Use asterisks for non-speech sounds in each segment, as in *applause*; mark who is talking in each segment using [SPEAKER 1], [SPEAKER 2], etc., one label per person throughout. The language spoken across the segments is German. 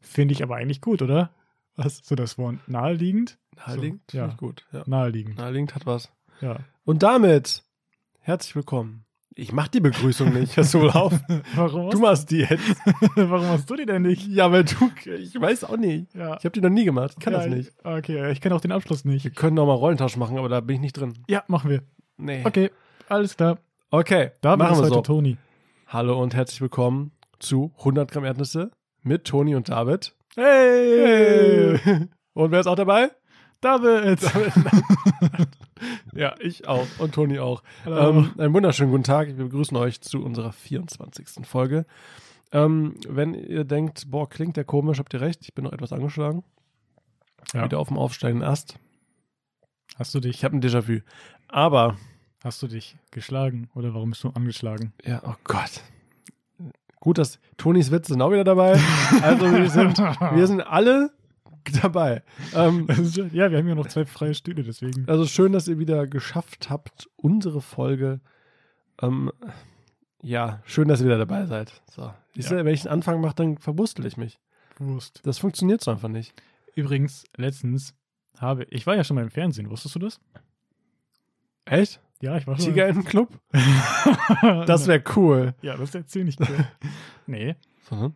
[SPEAKER 1] Finde ich aber eigentlich gut, oder? Was? So das Wort naheliegend?
[SPEAKER 2] Naheliegend?
[SPEAKER 1] So, ja.
[SPEAKER 2] Finde ich gut. Ja.
[SPEAKER 1] Naheliegend.
[SPEAKER 2] Naheliegend hat was.
[SPEAKER 1] Ja.
[SPEAKER 2] Und damit herzlich willkommen. Ich mach die Begrüßung nicht. Hörst *laughs* du wohl auf?
[SPEAKER 1] Warum,
[SPEAKER 2] Du machst die jetzt.
[SPEAKER 1] hast, *laughs* warum hast du die denn nicht?
[SPEAKER 2] Ja, weil du, ich weiß auch nicht.
[SPEAKER 1] Ja.
[SPEAKER 2] Ich habe die noch nie gemacht. Ich kann
[SPEAKER 1] ja,
[SPEAKER 2] das nicht.
[SPEAKER 1] ich- Okay, ich kann auch den Abschluss nicht.
[SPEAKER 2] Wir können noch mal Rollentausch machen, aber da bin ich nicht drin.
[SPEAKER 1] Ja, machen wir.
[SPEAKER 2] Nee. Okay,
[SPEAKER 1] Okay, alles klar. Da
[SPEAKER 2] da machen wir
[SPEAKER 1] heute
[SPEAKER 2] so.
[SPEAKER 1] Toni.
[SPEAKER 2] Hallo und herzlich willkommen zu 100 Gramm Erdnüsse mit Toni und David.
[SPEAKER 1] Hey!
[SPEAKER 2] Und wer ist auch dabei? *laughs*
[SPEAKER 1] David!
[SPEAKER 2] Ja, ich auch und Toni auch.
[SPEAKER 1] Hallo.
[SPEAKER 2] Ähm, einen wunderschönen guten Tag. Wir begrüßen euch zu unserer 24. Folge. Ähm, wenn ihr denkt, boah, klingt der komisch, habt ihr recht. Ich bin noch etwas angeschlagen.
[SPEAKER 1] Ja.
[SPEAKER 2] Wieder auf dem aufsteigenden Ast.
[SPEAKER 1] Hast du dich,
[SPEAKER 2] Ich habe ein Déjà-vu. Aber,
[SPEAKER 1] hast du dich geschlagen oder warum bist du angeschlagen?
[SPEAKER 2] ja, oh Gott. Gut, dass Tonis Witze sind auch wieder dabei. Also
[SPEAKER 1] *laughs*
[SPEAKER 2] wir sind, wir sind alle dabei. Ähm,
[SPEAKER 1] ja, wir haben ja noch zwei freie Stühle, deswegen.
[SPEAKER 2] Also schön, dass ihr wieder geschafft habt, unsere Folge. Ähm, ja, schön, dass ihr wieder dabei seid. So. Siehst
[SPEAKER 1] Ja.
[SPEAKER 2] du, wenn ich einen Anfang mache, dann verwurstel ich mich.
[SPEAKER 1] Wurst.
[SPEAKER 2] Das funktioniert so einfach nicht.
[SPEAKER 1] Übrigens, letztens habe ich war ja schon mal im Fernsehen, wusstest du das?
[SPEAKER 2] Echt?
[SPEAKER 1] Ja, ich war schon.
[SPEAKER 2] Tiger in Club?
[SPEAKER 1] *laughs* Mal,
[SPEAKER 2] Das wäre cool.
[SPEAKER 1] ja, das wäre ziemlich cool.
[SPEAKER 2] *laughs*
[SPEAKER 1] nee,
[SPEAKER 2] So.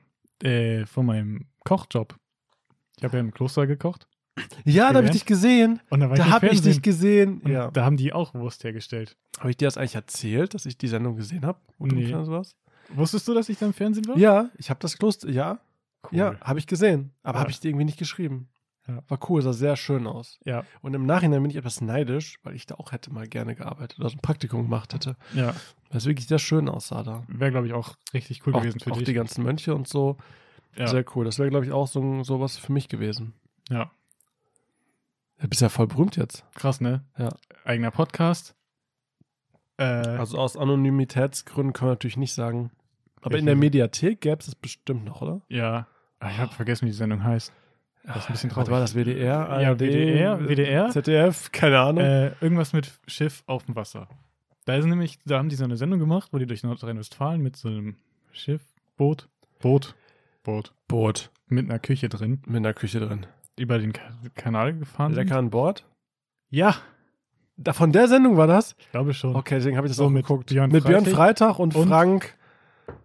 [SPEAKER 1] äh, von meinem Kochjob. Ich habe ja im Kloster gekocht
[SPEAKER 2] Ja, da habe ich
[SPEAKER 1] Gelernt?
[SPEAKER 2] dich gesehen.
[SPEAKER 1] und da war
[SPEAKER 2] Da
[SPEAKER 1] ich im
[SPEAKER 2] habe ich
[SPEAKER 1] Fernsehen.
[SPEAKER 2] dich gesehen.
[SPEAKER 1] und
[SPEAKER 2] Ja.
[SPEAKER 1] Da haben die auch Wurst hergestellt.
[SPEAKER 2] Habe ich dir das eigentlich erzählt, dass ich die Sendung gesehen habe?
[SPEAKER 1] Nee. Wusstest du, dass ich da im Fernsehen war?
[SPEAKER 2] Ja, ich habe das Kloster. Ja,
[SPEAKER 1] Cool.
[SPEAKER 2] ja, habe ich gesehen. Aber
[SPEAKER 1] Ja.
[SPEAKER 2] habe ich dir irgendwie nicht geschrieben.
[SPEAKER 1] Ja.
[SPEAKER 2] War cool, sah sehr schön aus.
[SPEAKER 1] Ja,
[SPEAKER 2] Und im Nachhinein bin ich etwas neidisch, weil ich da auch hätte mal gerne gearbeitet oder so ein Praktikum gemacht hätte.
[SPEAKER 1] ja.
[SPEAKER 2] Weil es wirklich sehr schön aussah da.
[SPEAKER 1] Wäre, glaube ich, auch richtig cool
[SPEAKER 2] auch,
[SPEAKER 1] gewesen für
[SPEAKER 2] auch
[SPEAKER 1] dich.
[SPEAKER 2] die ganzen Mönche und so.
[SPEAKER 1] Ja.
[SPEAKER 2] Sehr cool. Das wäre, glaube ich, auch so, ein- so was für mich gewesen.
[SPEAKER 1] ja,
[SPEAKER 2] Du bist ja voll berühmt jetzt.
[SPEAKER 1] krass, ne?
[SPEAKER 2] Ja.
[SPEAKER 1] Eigener Podcast. Äh,
[SPEAKER 2] Also aus Anonymitätsgründen können wir natürlich nicht sagen. Aber
[SPEAKER 1] Welche?
[SPEAKER 2] in der Mediathek gäbe es das bestimmt noch, oder?
[SPEAKER 1] ja. Ah, Ich habe vergessen, wie die Sendung heißt. Das ist ein bisschen
[SPEAKER 2] Was
[SPEAKER 1] traurig.
[SPEAKER 2] war das? WDR?
[SPEAKER 1] Ja,
[SPEAKER 2] ARD,
[SPEAKER 1] WDR, WDR.
[SPEAKER 2] ZDF? Keine Ahnung.
[SPEAKER 1] Äh, irgendwas mit Schiff auf dem Wasser. Da ist nämlich, da haben die so eine Sendung gemacht, wo die durch Nordrhein-Westfalen mit so einem Schiff, Boot, Boot, Boot,
[SPEAKER 2] Boot
[SPEAKER 1] mit einer Küche drin
[SPEAKER 2] mit einer Küche drin.
[SPEAKER 1] über den Ka Kanal gefahren
[SPEAKER 2] Lecker
[SPEAKER 1] sind.
[SPEAKER 2] an Bord.
[SPEAKER 1] Ja,
[SPEAKER 2] Da, von der Sendung war das?
[SPEAKER 1] ich glaube schon.
[SPEAKER 2] Okay, deswegen habe ich das
[SPEAKER 1] So
[SPEAKER 2] auch
[SPEAKER 1] mit
[SPEAKER 2] geguckt.
[SPEAKER 1] Björn
[SPEAKER 2] mit Björn
[SPEAKER 1] Freitag
[SPEAKER 2] Freitag und,
[SPEAKER 1] und-
[SPEAKER 2] Frank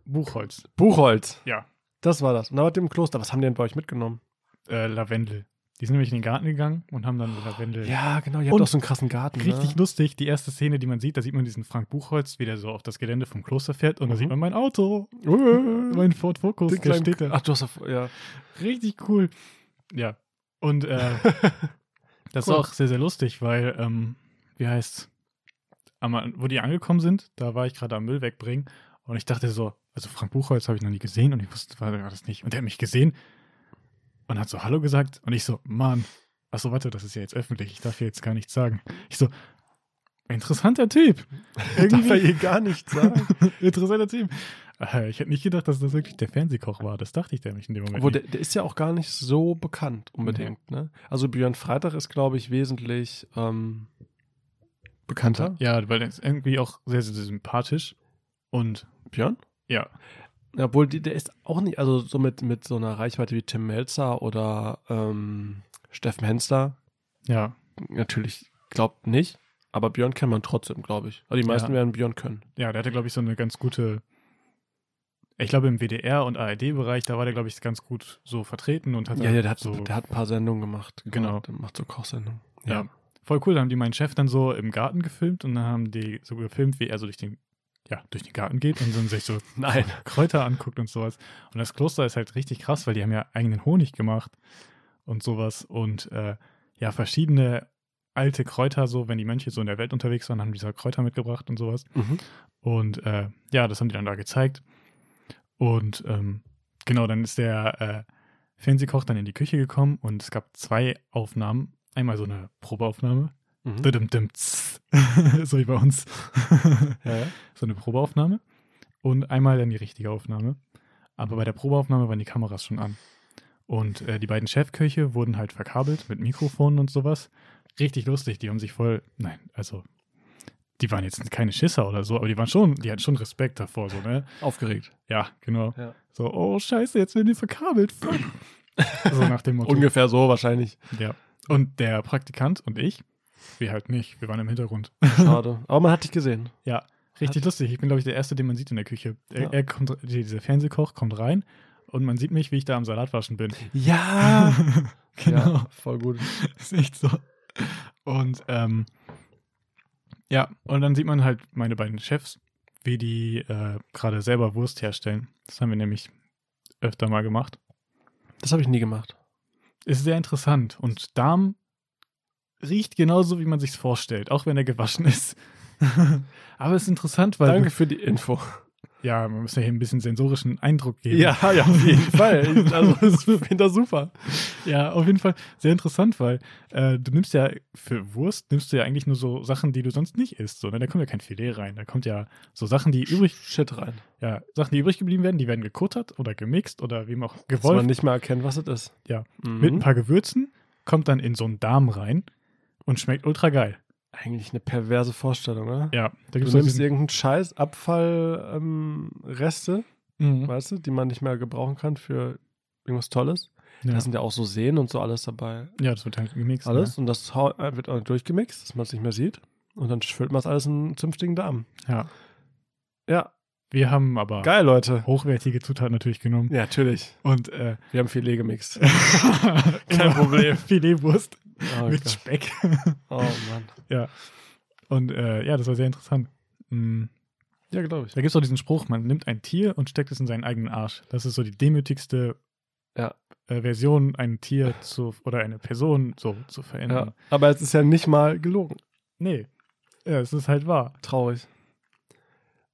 [SPEAKER 1] Buchholz.
[SPEAKER 2] Buchholz.
[SPEAKER 1] Ja,
[SPEAKER 2] Das war das. Und da war dem Kloster. Was haben die denn bei euch mitgenommen?
[SPEAKER 1] äh, Lavendel. Die sind nämlich in den Garten gegangen und haben dann Lavendel.
[SPEAKER 2] Ja, genau. Ihr
[SPEAKER 1] Und-
[SPEAKER 2] habt auch so einen krassen Garten.
[SPEAKER 1] Richtig
[SPEAKER 2] ne?
[SPEAKER 1] lustig, die erste Szene, die man sieht, da sieht man diesen Frank Buchholz, wie der so auf das Gelände vom Kloster fährt und da
[SPEAKER 2] Mhm.
[SPEAKER 1] sieht man mein Auto,
[SPEAKER 2] Äh,
[SPEAKER 1] mein Ford Focus,
[SPEAKER 2] den
[SPEAKER 1] der
[SPEAKER 2] kleinen-
[SPEAKER 1] steht da.
[SPEAKER 2] Ach, du hast auf, ja.
[SPEAKER 1] Richtig cool. Ja. Und
[SPEAKER 2] *laughs*
[SPEAKER 1] äh, das
[SPEAKER 2] Cool.
[SPEAKER 1] war auch sehr, sehr lustig, weil, ähm, wie heißt's? Am, wo die angekommen sind, da war ich gerade am Müll wegbringen und ich dachte so, also Frank Buchholz habe ich noch nie gesehen und ich wusste war war das nicht. Und der hat mich gesehen und hat so Hallo gesagt und ich so, Mann, achso, warte, das ist ja jetzt öffentlich, ich darf hier jetzt gar nichts sagen. Ich so, interessanter
[SPEAKER 2] *laughs*
[SPEAKER 1] Typ.
[SPEAKER 2] Darf er
[SPEAKER 1] Irgendwie,
[SPEAKER 2] hier gar nichts
[SPEAKER 1] *laughs*
[SPEAKER 2] sagen.
[SPEAKER 1] interessanter Typ. Äh, Ich hätte nicht gedacht, dass das wirklich der Fernsehkoch war. Das dachte ich nämlich in dem Moment.
[SPEAKER 2] Wo,
[SPEAKER 1] nicht.
[SPEAKER 2] der, der ist ja auch gar nicht so bekannt
[SPEAKER 1] Mhm.
[SPEAKER 2] unbedingt. Ne? Also Björn Freitag ist, glaube ich, wesentlich ähm, bekannter.
[SPEAKER 1] Ja, weil der ist irgendwie auch sehr, sehr, sehr sympathisch. Und
[SPEAKER 2] Björn?
[SPEAKER 1] ja,
[SPEAKER 2] Ja, Obwohl, die, der ist auch nicht, also so mit, mit so einer Reichweite wie Tim Melzer oder ähm, Steffen Hensler,
[SPEAKER 1] ja,
[SPEAKER 2] natürlich glaubt nicht. Aber Björn kennt man trotzdem, glaube ich. Also die meisten
[SPEAKER 1] Ja.
[SPEAKER 2] werden Björn können.
[SPEAKER 1] ja, der hatte, glaube ich, so eine ganz gute. Ich glaube, im WDR und ARD-Bereich, da war der, glaube ich, ganz gut so vertreten und hat
[SPEAKER 2] Ja, ja, der hat,
[SPEAKER 1] so.
[SPEAKER 2] der hat ein paar Sendungen gemacht.
[SPEAKER 1] Genau.
[SPEAKER 2] Der macht so Kochsendungen.
[SPEAKER 1] Ja. voll cool. Da haben die meinen Chef dann so im Garten gefilmt und dann haben die so gefilmt, wie er so durch den, ja, durch den Garten geht und dann sich so
[SPEAKER 2] *laughs* Nein.
[SPEAKER 1] Kräuter anguckt und sowas. Und das Kloster ist halt richtig krass, weil die haben ja eigenen Honig gemacht und sowas und äh, ja, verschiedene alte Kräuter, so wenn die Mönche so in der Welt unterwegs waren, haben die so Kräuter mitgebracht und sowas.
[SPEAKER 2] Mhm.
[SPEAKER 1] Und äh, ja, das haben die dann da gezeigt. Und ähm, genau, dann ist der äh, Fernsehkoch dann in die Küche gekommen und es gab zwei Aufnahmen. Einmal so eine Probeaufnahme.
[SPEAKER 2] Mhm.
[SPEAKER 1] Düm, düm, tss. *laughs* so wie bei uns. *laughs*
[SPEAKER 2] Ja, ja.
[SPEAKER 1] so eine Probeaufnahme. Und einmal dann die richtige Aufnahme. Aber bei der Probeaufnahme waren die Kameras schon an. Und äh, die beiden Chefköche wurden halt verkabelt mit Mikrofonen und sowas. Richtig lustig, die haben sich voll. Nein, also. Die waren jetzt keine Schisser oder so, aber die waren schon, die hatten schon Respekt davor, so, ne?
[SPEAKER 2] Aufgeregt.
[SPEAKER 1] Ja, genau.
[SPEAKER 2] Ja.
[SPEAKER 1] So, oh Scheiße, jetzt werden die verkabelt. Fuck. So nach dem Motto.
[SPEAKER 2] Ungefähr so wahrscheinlich.
[SPEAKER 1] ja. Und der Praktikant und ich, wir halt nicht, wir waren im Hintergrund.
[SPEAKER 2] Schade. Aber man hat dich gesehen.
[SPEAKER 1] Richtig lustig. Ich bin, glaube ich, der Erste, den man sieht in der Küche. Er,
[SPEAKER 2] Ja.
[SPEAKER 1] er kommt, die- dieser Fernsehkoch kommt rein und man sieht mich, wie ich da am Salatwaschen bin.
[SPEAKER 2] *laughs* Ja.
[SPEAKER 1] *laughs* genau.
[SPEAKER 2] Ja, voll gut.
[SPEAKER 1] Ist echt so. Und ähm, ja, und dann sieht man halt meine beiden Chefs, wie die äh, gerade selber Wurst herstellen. Das haben wir nämlich öfter mal gemacht.
[SPEAKER 2] Das habe ich nie gemacht.
[SPEAKER 1] Ist sehr interessant. Und Darm riecht genauso, wie man sich's vorstellt, auch wenn er gewaschen
[SPEAKER 2] *laughs*
[SPEAKER 1] ist. Aber es ist interessant, weil
[SPEAKER 2] Danke für die Info.
[SPEAKER 1] ja, man muss ja hier ein bisschen sensorischen Eindruck geben.
[SPEAKER 2] ja, auf jeden Fall. Ich- Also, *laughs* ich finde das super.
[SPEAKER 1] Ja, auf jeden Fall sehr interessant, weil äh, du nimmst ja für Wurst nimmst du ja eigentlich nur so Sachen, die du sonst nicht isst. So, ne? Da kommt ja kein Filet rein. Da kommt ja so Sachen, die übrig,
[SPEAKER 2] Shit rein.
[SPEAKER 1] ja, Sachen, die übrig geblieben werden, die werden gekuttert oder gemixt oder wie man auch
[SPEAKER 2] Dass man
[SPEAKER 1] gewollt.
[SPEAKER 2] nicht mehr erkennt, was das ist.
[SPEAKER 1] Ja.
[SPEAKER 2] Mhm.
[SPEAKER 1] Mit ein paar Gewürzen kommt dann in so einen Darm rein und schmeckt ultra geil.
[SPEAKER 2] Eigentlich eine perverse Vorstellung, oder?
[SPEAKER 1] Ja, da gibt's
[SPEAKER 2] Du
[SPEAKER 1] so
[SPEAKER 2] nimmst
[SPEAKER 1] diesen-
[SPEAKER 2] irgendeinen Scheiß, Abfallreste, ähm, Reste,
[SPEAKER 1] Mhm.
[SPEAKER 2] weißt du, die man nicht mehr gebrauchen kann für irgendwas Tolles. Da
[SPEAKER 1] ja.
[SPEAKER 2] sind ja auch so Seen und so alles dabei.
[SPEAKER 1] Mhm. ja, das wird halt gemixt.
[SPEAKER 2] Alles. Und das hau- äh, wird auch durchgemixt, dass man es nicht mehr sieht. Und dann füllt man es alles in einen zünftigen Darm.
[SPEAKER 1] Ne? Ja.
[SPEAKER 2] Ja,
[SPEAKER 1] Wir haben aber
[SPEAKER 2] geil, Leute.
[SPEAKER 1] hochwertige Zutaten natürlich genommen.
[SPEAKER 2] Ja, natürlich.
[SPEAKER 1] Und
[SPEAKER 2] *laughs*
[SPEAKER 1] äh,
[SPEAKER 2] Wir haben Filet gemixt.
[SPEAKER 1] *laughs* kein
[SPEAKER 2] Problem.
[SPEAKER 1] Filetwurst
[SPEAKER 2] Oh,
[SPEAKER 1] mit
[SPEAKER 2] Gott.
[SPEAKER 1] Speck.
[SPEAKER 2] oh Mann.
[SPEAKER 1] Und äh, ja, das war sehr interessant. Mm.
[SPEAKER 2] Ja, glaube ich.
[SPEAKER 1] Da gibt es auch diesen Spruch, man nimmt ein Tier und steckt es in seinen eigenen Arsch. Das ist so die demütigste
[SPEAKER 2] Ja.
[SPEAKER 1] äh, Version, ein Tier zu oder eine Person so zu verändern.
[SPEAKER 2] Ja. Aber es ist ja nicht mal gelogen.
[SPEAKER 1] Nee. Ja, es ist halt wahr.
[SPEAKER 2] Traurig.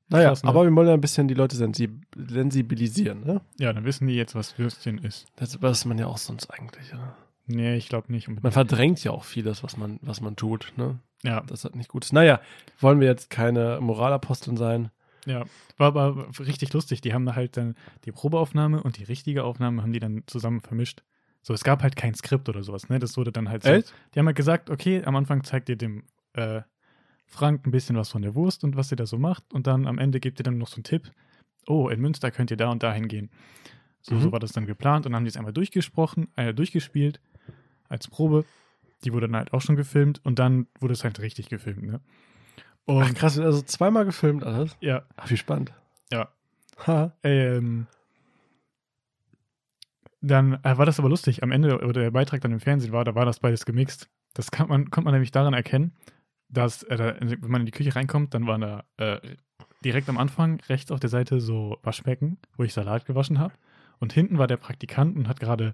[SPEAKER 2] Naja,
[SPEAKER 1] Krass, ne?
[SPEAKER 2] aber wir wollen ja ein bisschen die Leute sensib sensibilisieren, ne?
[SPEAKER 1] Ja, dann wissen die jetzt, was Würstchen ist.
[SPEAKER 2] Das weiß man ja auch sonst eigentlich, oder?
[SPEAKER 1] Nee, ich glaube nicht.
[SPEAKER 2] Man
[SPEAKER 1] unbedingt.
[SPEAKER 2] verdrängt ja auch vieles, was man, was man tut, ne?
[SPEAKER 1] Ja,
[SPEAKER 2] Das hat nicht gut. Naja, wollen wir jetzt keine Moralaposteln sein?
[SPEAKER 1] war aber richtig lustig. Die haben da halt dann die Probeaufnahme und die richtige Aufnahme haben die dann zusammen vermischt. So, es gab halt kein Skript oder sowas, ne? Das wurde dann halt so. Die haben halt gesagt, okay, am Anfang zeigt ihr dem äh, Frank ein bisschen was von der Wurst und was ihr da so macht und dann am Ende gebt ihr dann noch so einen Tipp. Oh, in Münster könnt ihr da und da hingehen. So,
[SPEAKER 2] Mhm.
[SPEAKER 1] so war das dann geplant und dann haben die es einmal durchgesprochen, äh, durchgespielt als Probe. Die wurde dann halt auch schon gefilmt und dann wurde es halt richtig gefilmt, ne? Und
[SPEAKER 2] Ach krass, also zweimal gefilmt alles.
[SPEAKER 1] ja,
[SPEAKER 2] Ach, wie spannend.
[SPEAKER 1] Ja.
[SPEAKER 2] Ha.
[SPEAKER 1] ähm, dann äh, war das aber lustig. Am Ende, oder der Beitrag dann im Fernsehen war, da war das beides gemixt. Das kann man, konnte man nämlich daran erkennen, dass, äh, da- wenn man in die Küche reinkommt, dann waren da äh, direkt am Anfang rechts auf der Seite so Waschbecken, wo ich Salat gewaschen habe. Und hinten war der Praktikant und hat gerade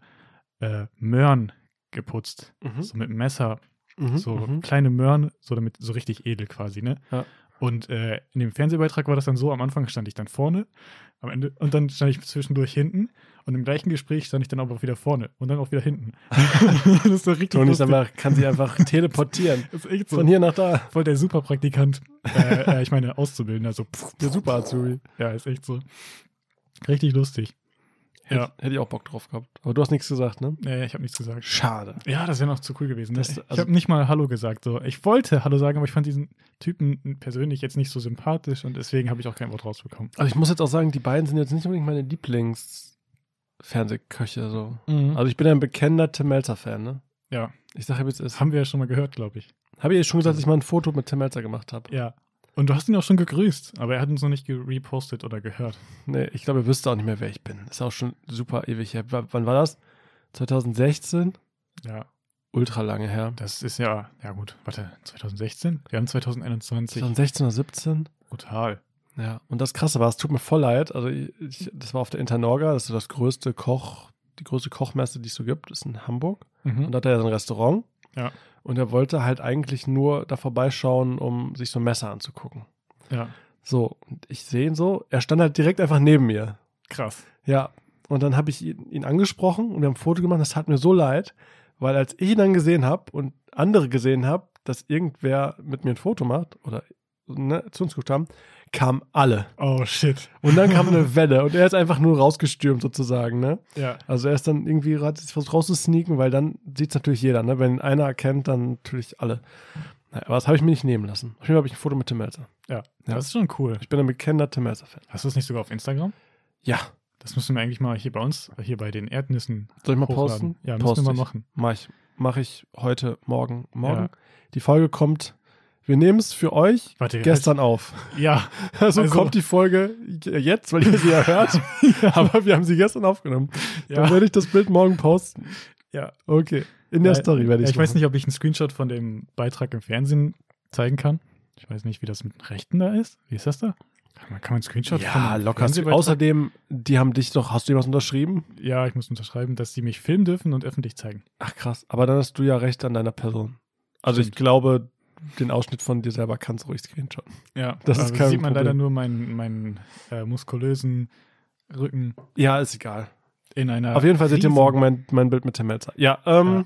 [SPEAKER 1] äh, Möhren geputzt. So mit dem Messer
[SPEAKER 2] Mhm.
[SPEAKER 1] so
[SPEAKER 2] Mhm.
[SPEAKER 1] kleine Möhren, so damit so richtig edel quasi, ne?
[SPEAKER 2] Ja.
[SPEAKER 1] Und äh, in dem Fernsehbeitrag war das dann so, am Anfang stand ich dann vorne, am Ende, und dann stand ich zwischendurch hinten und im gleichen Gespräch stand ich dann aber auch wieder vorne und dann auch wieder hinten. *laughs* das ist so richtig
[SPEAKER 2] Toni ist
[SPEAKER 1] lustig.
[SPEAKER 2] einfach, kann sie einfach teleportieren.
[SPEAKER 1] Das ist echt so
[SPEAKER 2] Von hier nach da.
[SPEAKER 1] voll der Superpraktikant, äh, äh, ich meine Auszubildender, so pff,
[SPEAKER 2] Der super Azubi.
[SPEAKER 1] ja, ist echt so. Richtig lustig. Ja.
[SPEAKER 2] Hätte, hätte ich auch Bock drauf gehabt. Aber du hast nichts gesagt, ne?
[SPEAKER 1] Äh, ich habe nichts gesagt.
[SPEAKER 2] Schade.
[SPEAKER 1] Ja, das wäre noch zu cool gewesen. Ne?
[SPEAKER 2] Das-
[SPEAKER 1] ich
[SPEAKER 2] also-
[SPEAKER 1] habe nicht mal Hallo gesagt. So. Ich wollte Hallo sagen, aber ich fand diesen Typen persönlich jetzt nicht so sympathisch und deswegen habe ich auch kein Wort rausbekommen.
[SPEAKER 2] Also ich muss jetzt auch sagen, die beiden sind jetzt nicht unbedingt meine Lieblingsfernsehköche. So. Also ich bin ein bekennender Tim Melzer-Fan, ne?
[SPEAKER 1] Ja.
[SPEAKER 2] Ich sage jetzt ist.
[SPEAKER 1] Das haben wir ja schon mal gehört, glaube ich.
[SPEAKER 2] Habe ich jetzt schon gesagt, dass ich mal ein Foto mit Tim Melzer gemacht habe?
[SPEAKER 1] Ja. Und du hast ihn auch schon gegrüßt, aber er hat uns noch nicht ge- repostet oder gehört.
[SPEAKER 2] Nee, ich glaube, ihr wisst auch nicht mehr, wer ich bin. Ist auch schon super ewig her. W wann war das? 2016?
[SPEAKER 1] Ja.
[SPEAKER 2] Ultra lange her.
[SPEAKER 1] Das ist ja, ja gut, warte, 2016? Wir haben 2021.
[SPEAKER 2] 2016 oder 17?
[SPEAKER 1] Brutal.
[SPEAKER 2] Ja, und das Krasse war, es tut mir voll leid. Also, ich, das war auf der Internorga, das ist so das größte Koch, die größte Kochmesse, die es so gibt, ist in Hamburg. Und
[SPEAKER 1] Mhm.
[SPEAKER 2] da hat er ja so ein Restaurant.
[SPEAKER 1] Ja.
[SPEAKER 2] Und er wollte halt eigentlich nur da vorbeischauen, um sich so ein Messer anzugucken.
[SPEAKER 1] Ja.
[SPEAKER 2] So, und ich sehe ihn so. Er stand halt direkt einfach neben mir.
[SPEAKER 1] Krass.
[SPEAKER 2] Ja. Und dann habe ich ihn, ihn angesprochen und wir haben ein Foto gemacht. Das tat mir so leid, weil als ich ihn dann gesehen habe und andere gesehen habe, dass irgendwer mit mir ein Foto macht oder ne, zu uns geguckt haben, kamen alle.
[SPEAKER 1] Oh shit.
[SPEAKER 2] Und dann kam eine Welle und er ist einfach nur rausgestürmt sozusagen, ne?
[SPEAKER 1] Ja.
[SPEAKER 2] Also er ist dann irgendwie hat sich versucht rauszusneaken, weil dann sieht es natürlich jeder, ne? Wenn einer erkennt, dann natürlich alle. Naja, aber das habe ich mir nicht nehmen lassen. Auf jeden Fall habe ich ein Foto mit Tim Melzer.
[SPEAKER 1] ja. Das ist schon cool.
[SPEAKER 2] Ich bin ein bekennender Tim Melzer-Fan.
[SPEAKER 1] Hast du es nicht sogar auf Instagram?
[SPEAKER 2] Ja.
[SPEAKER 1] Das müssen wir eigentlich mal hier bei uns, hier bei den Erdnüssen.
[SPEAKER 2] Soll ich mal
[SPEAKER 1] hochladen.
[SPEAKER 2] posten?
[SPEAKER 1] Ja, müssen
[SPEAKER 2] Poste
[SPEAKER 1] wir
[SPEAKER 2] ich.
[SPEAKER 1] mal machen.
[SPEAKER 2] Mach ich. Mach ich heute, morgen, morgen.
[SPEAKER 1] Ja.
[SPEAKER 2] Die Folge kommt, wir nehmen es für euch
[SPEAKER 1] Warte,
[SPEAKER 2] gestern auf.
[SPEAKER 1] heißt- Ja,
[SPEAKER 2] *laughs* Also,
[SPEAKER 1] Also-
[SPEAKER 2] kommt die Folge jetzt, weil ihr sie *laughs* ja hört. Aber wir haben sie gestern aufgenommen. Dann
[SPEAKER 1] ja.
[SPEAKER 2] werde ich das Bild morgen posten.
[SPEAKER 1] Ja.
[SPEAKER 2] Okay. In der
[SPEAKER 1] Ja,
[SPEAKER 2] Story werde ich
[SPEAKER 1] Ich weiß nicht, ob ich einen Screenshot von dem Beitrag im Fernsehen zeigen kann. Ich weiß nicht, wie das mit Rechten da ist. Wie ist das da? Kann man, kann man einen Screenshot von
[SPEAKER 2] Ja,
[SPEAKER 1] einem
[SPEAKER 2] locker.
[SPEAKER 1] Fernsehbeitrag-
[SPEAKER 2] Außerdem, die haben dich doch, hast du irgendwas unterschrieben?
[SPEAKER 1] Ja, ich muss unterschreiben, dass sie mich filmen dürfen und öffentlich zeigen.
[SPEAKER 2] Ach krass, aber dann hast du ja recht an deiner Person. Also ich
[SPEAKER 1] Stimmt.
[SPEAKER 2] glaube, den Ausschnitt von dir selber kannst du ruhig screenshotten.
[SPEAKER 1] Ja,
[SPEAKER 2] Das
[SPEAKER 1] aber
[SPEAKER 2] ist kein
[SPEAKER 1] Also, sieht man leider
[SPEAKER 2] Problem.
[SPEAKER 1] nur meinen, meinen äh, muskulösen Rücken
[SPEAKER 2] Ja, ist egal.
[SPEAKER 1] in einer.
[SPEAKER 2] Auf jeden Fall seht ihr
[SPEAKER 1] riesen-
[SPEAKER 2] morgen mein, mein Bild mit Tim Melzer. Ja, ähm,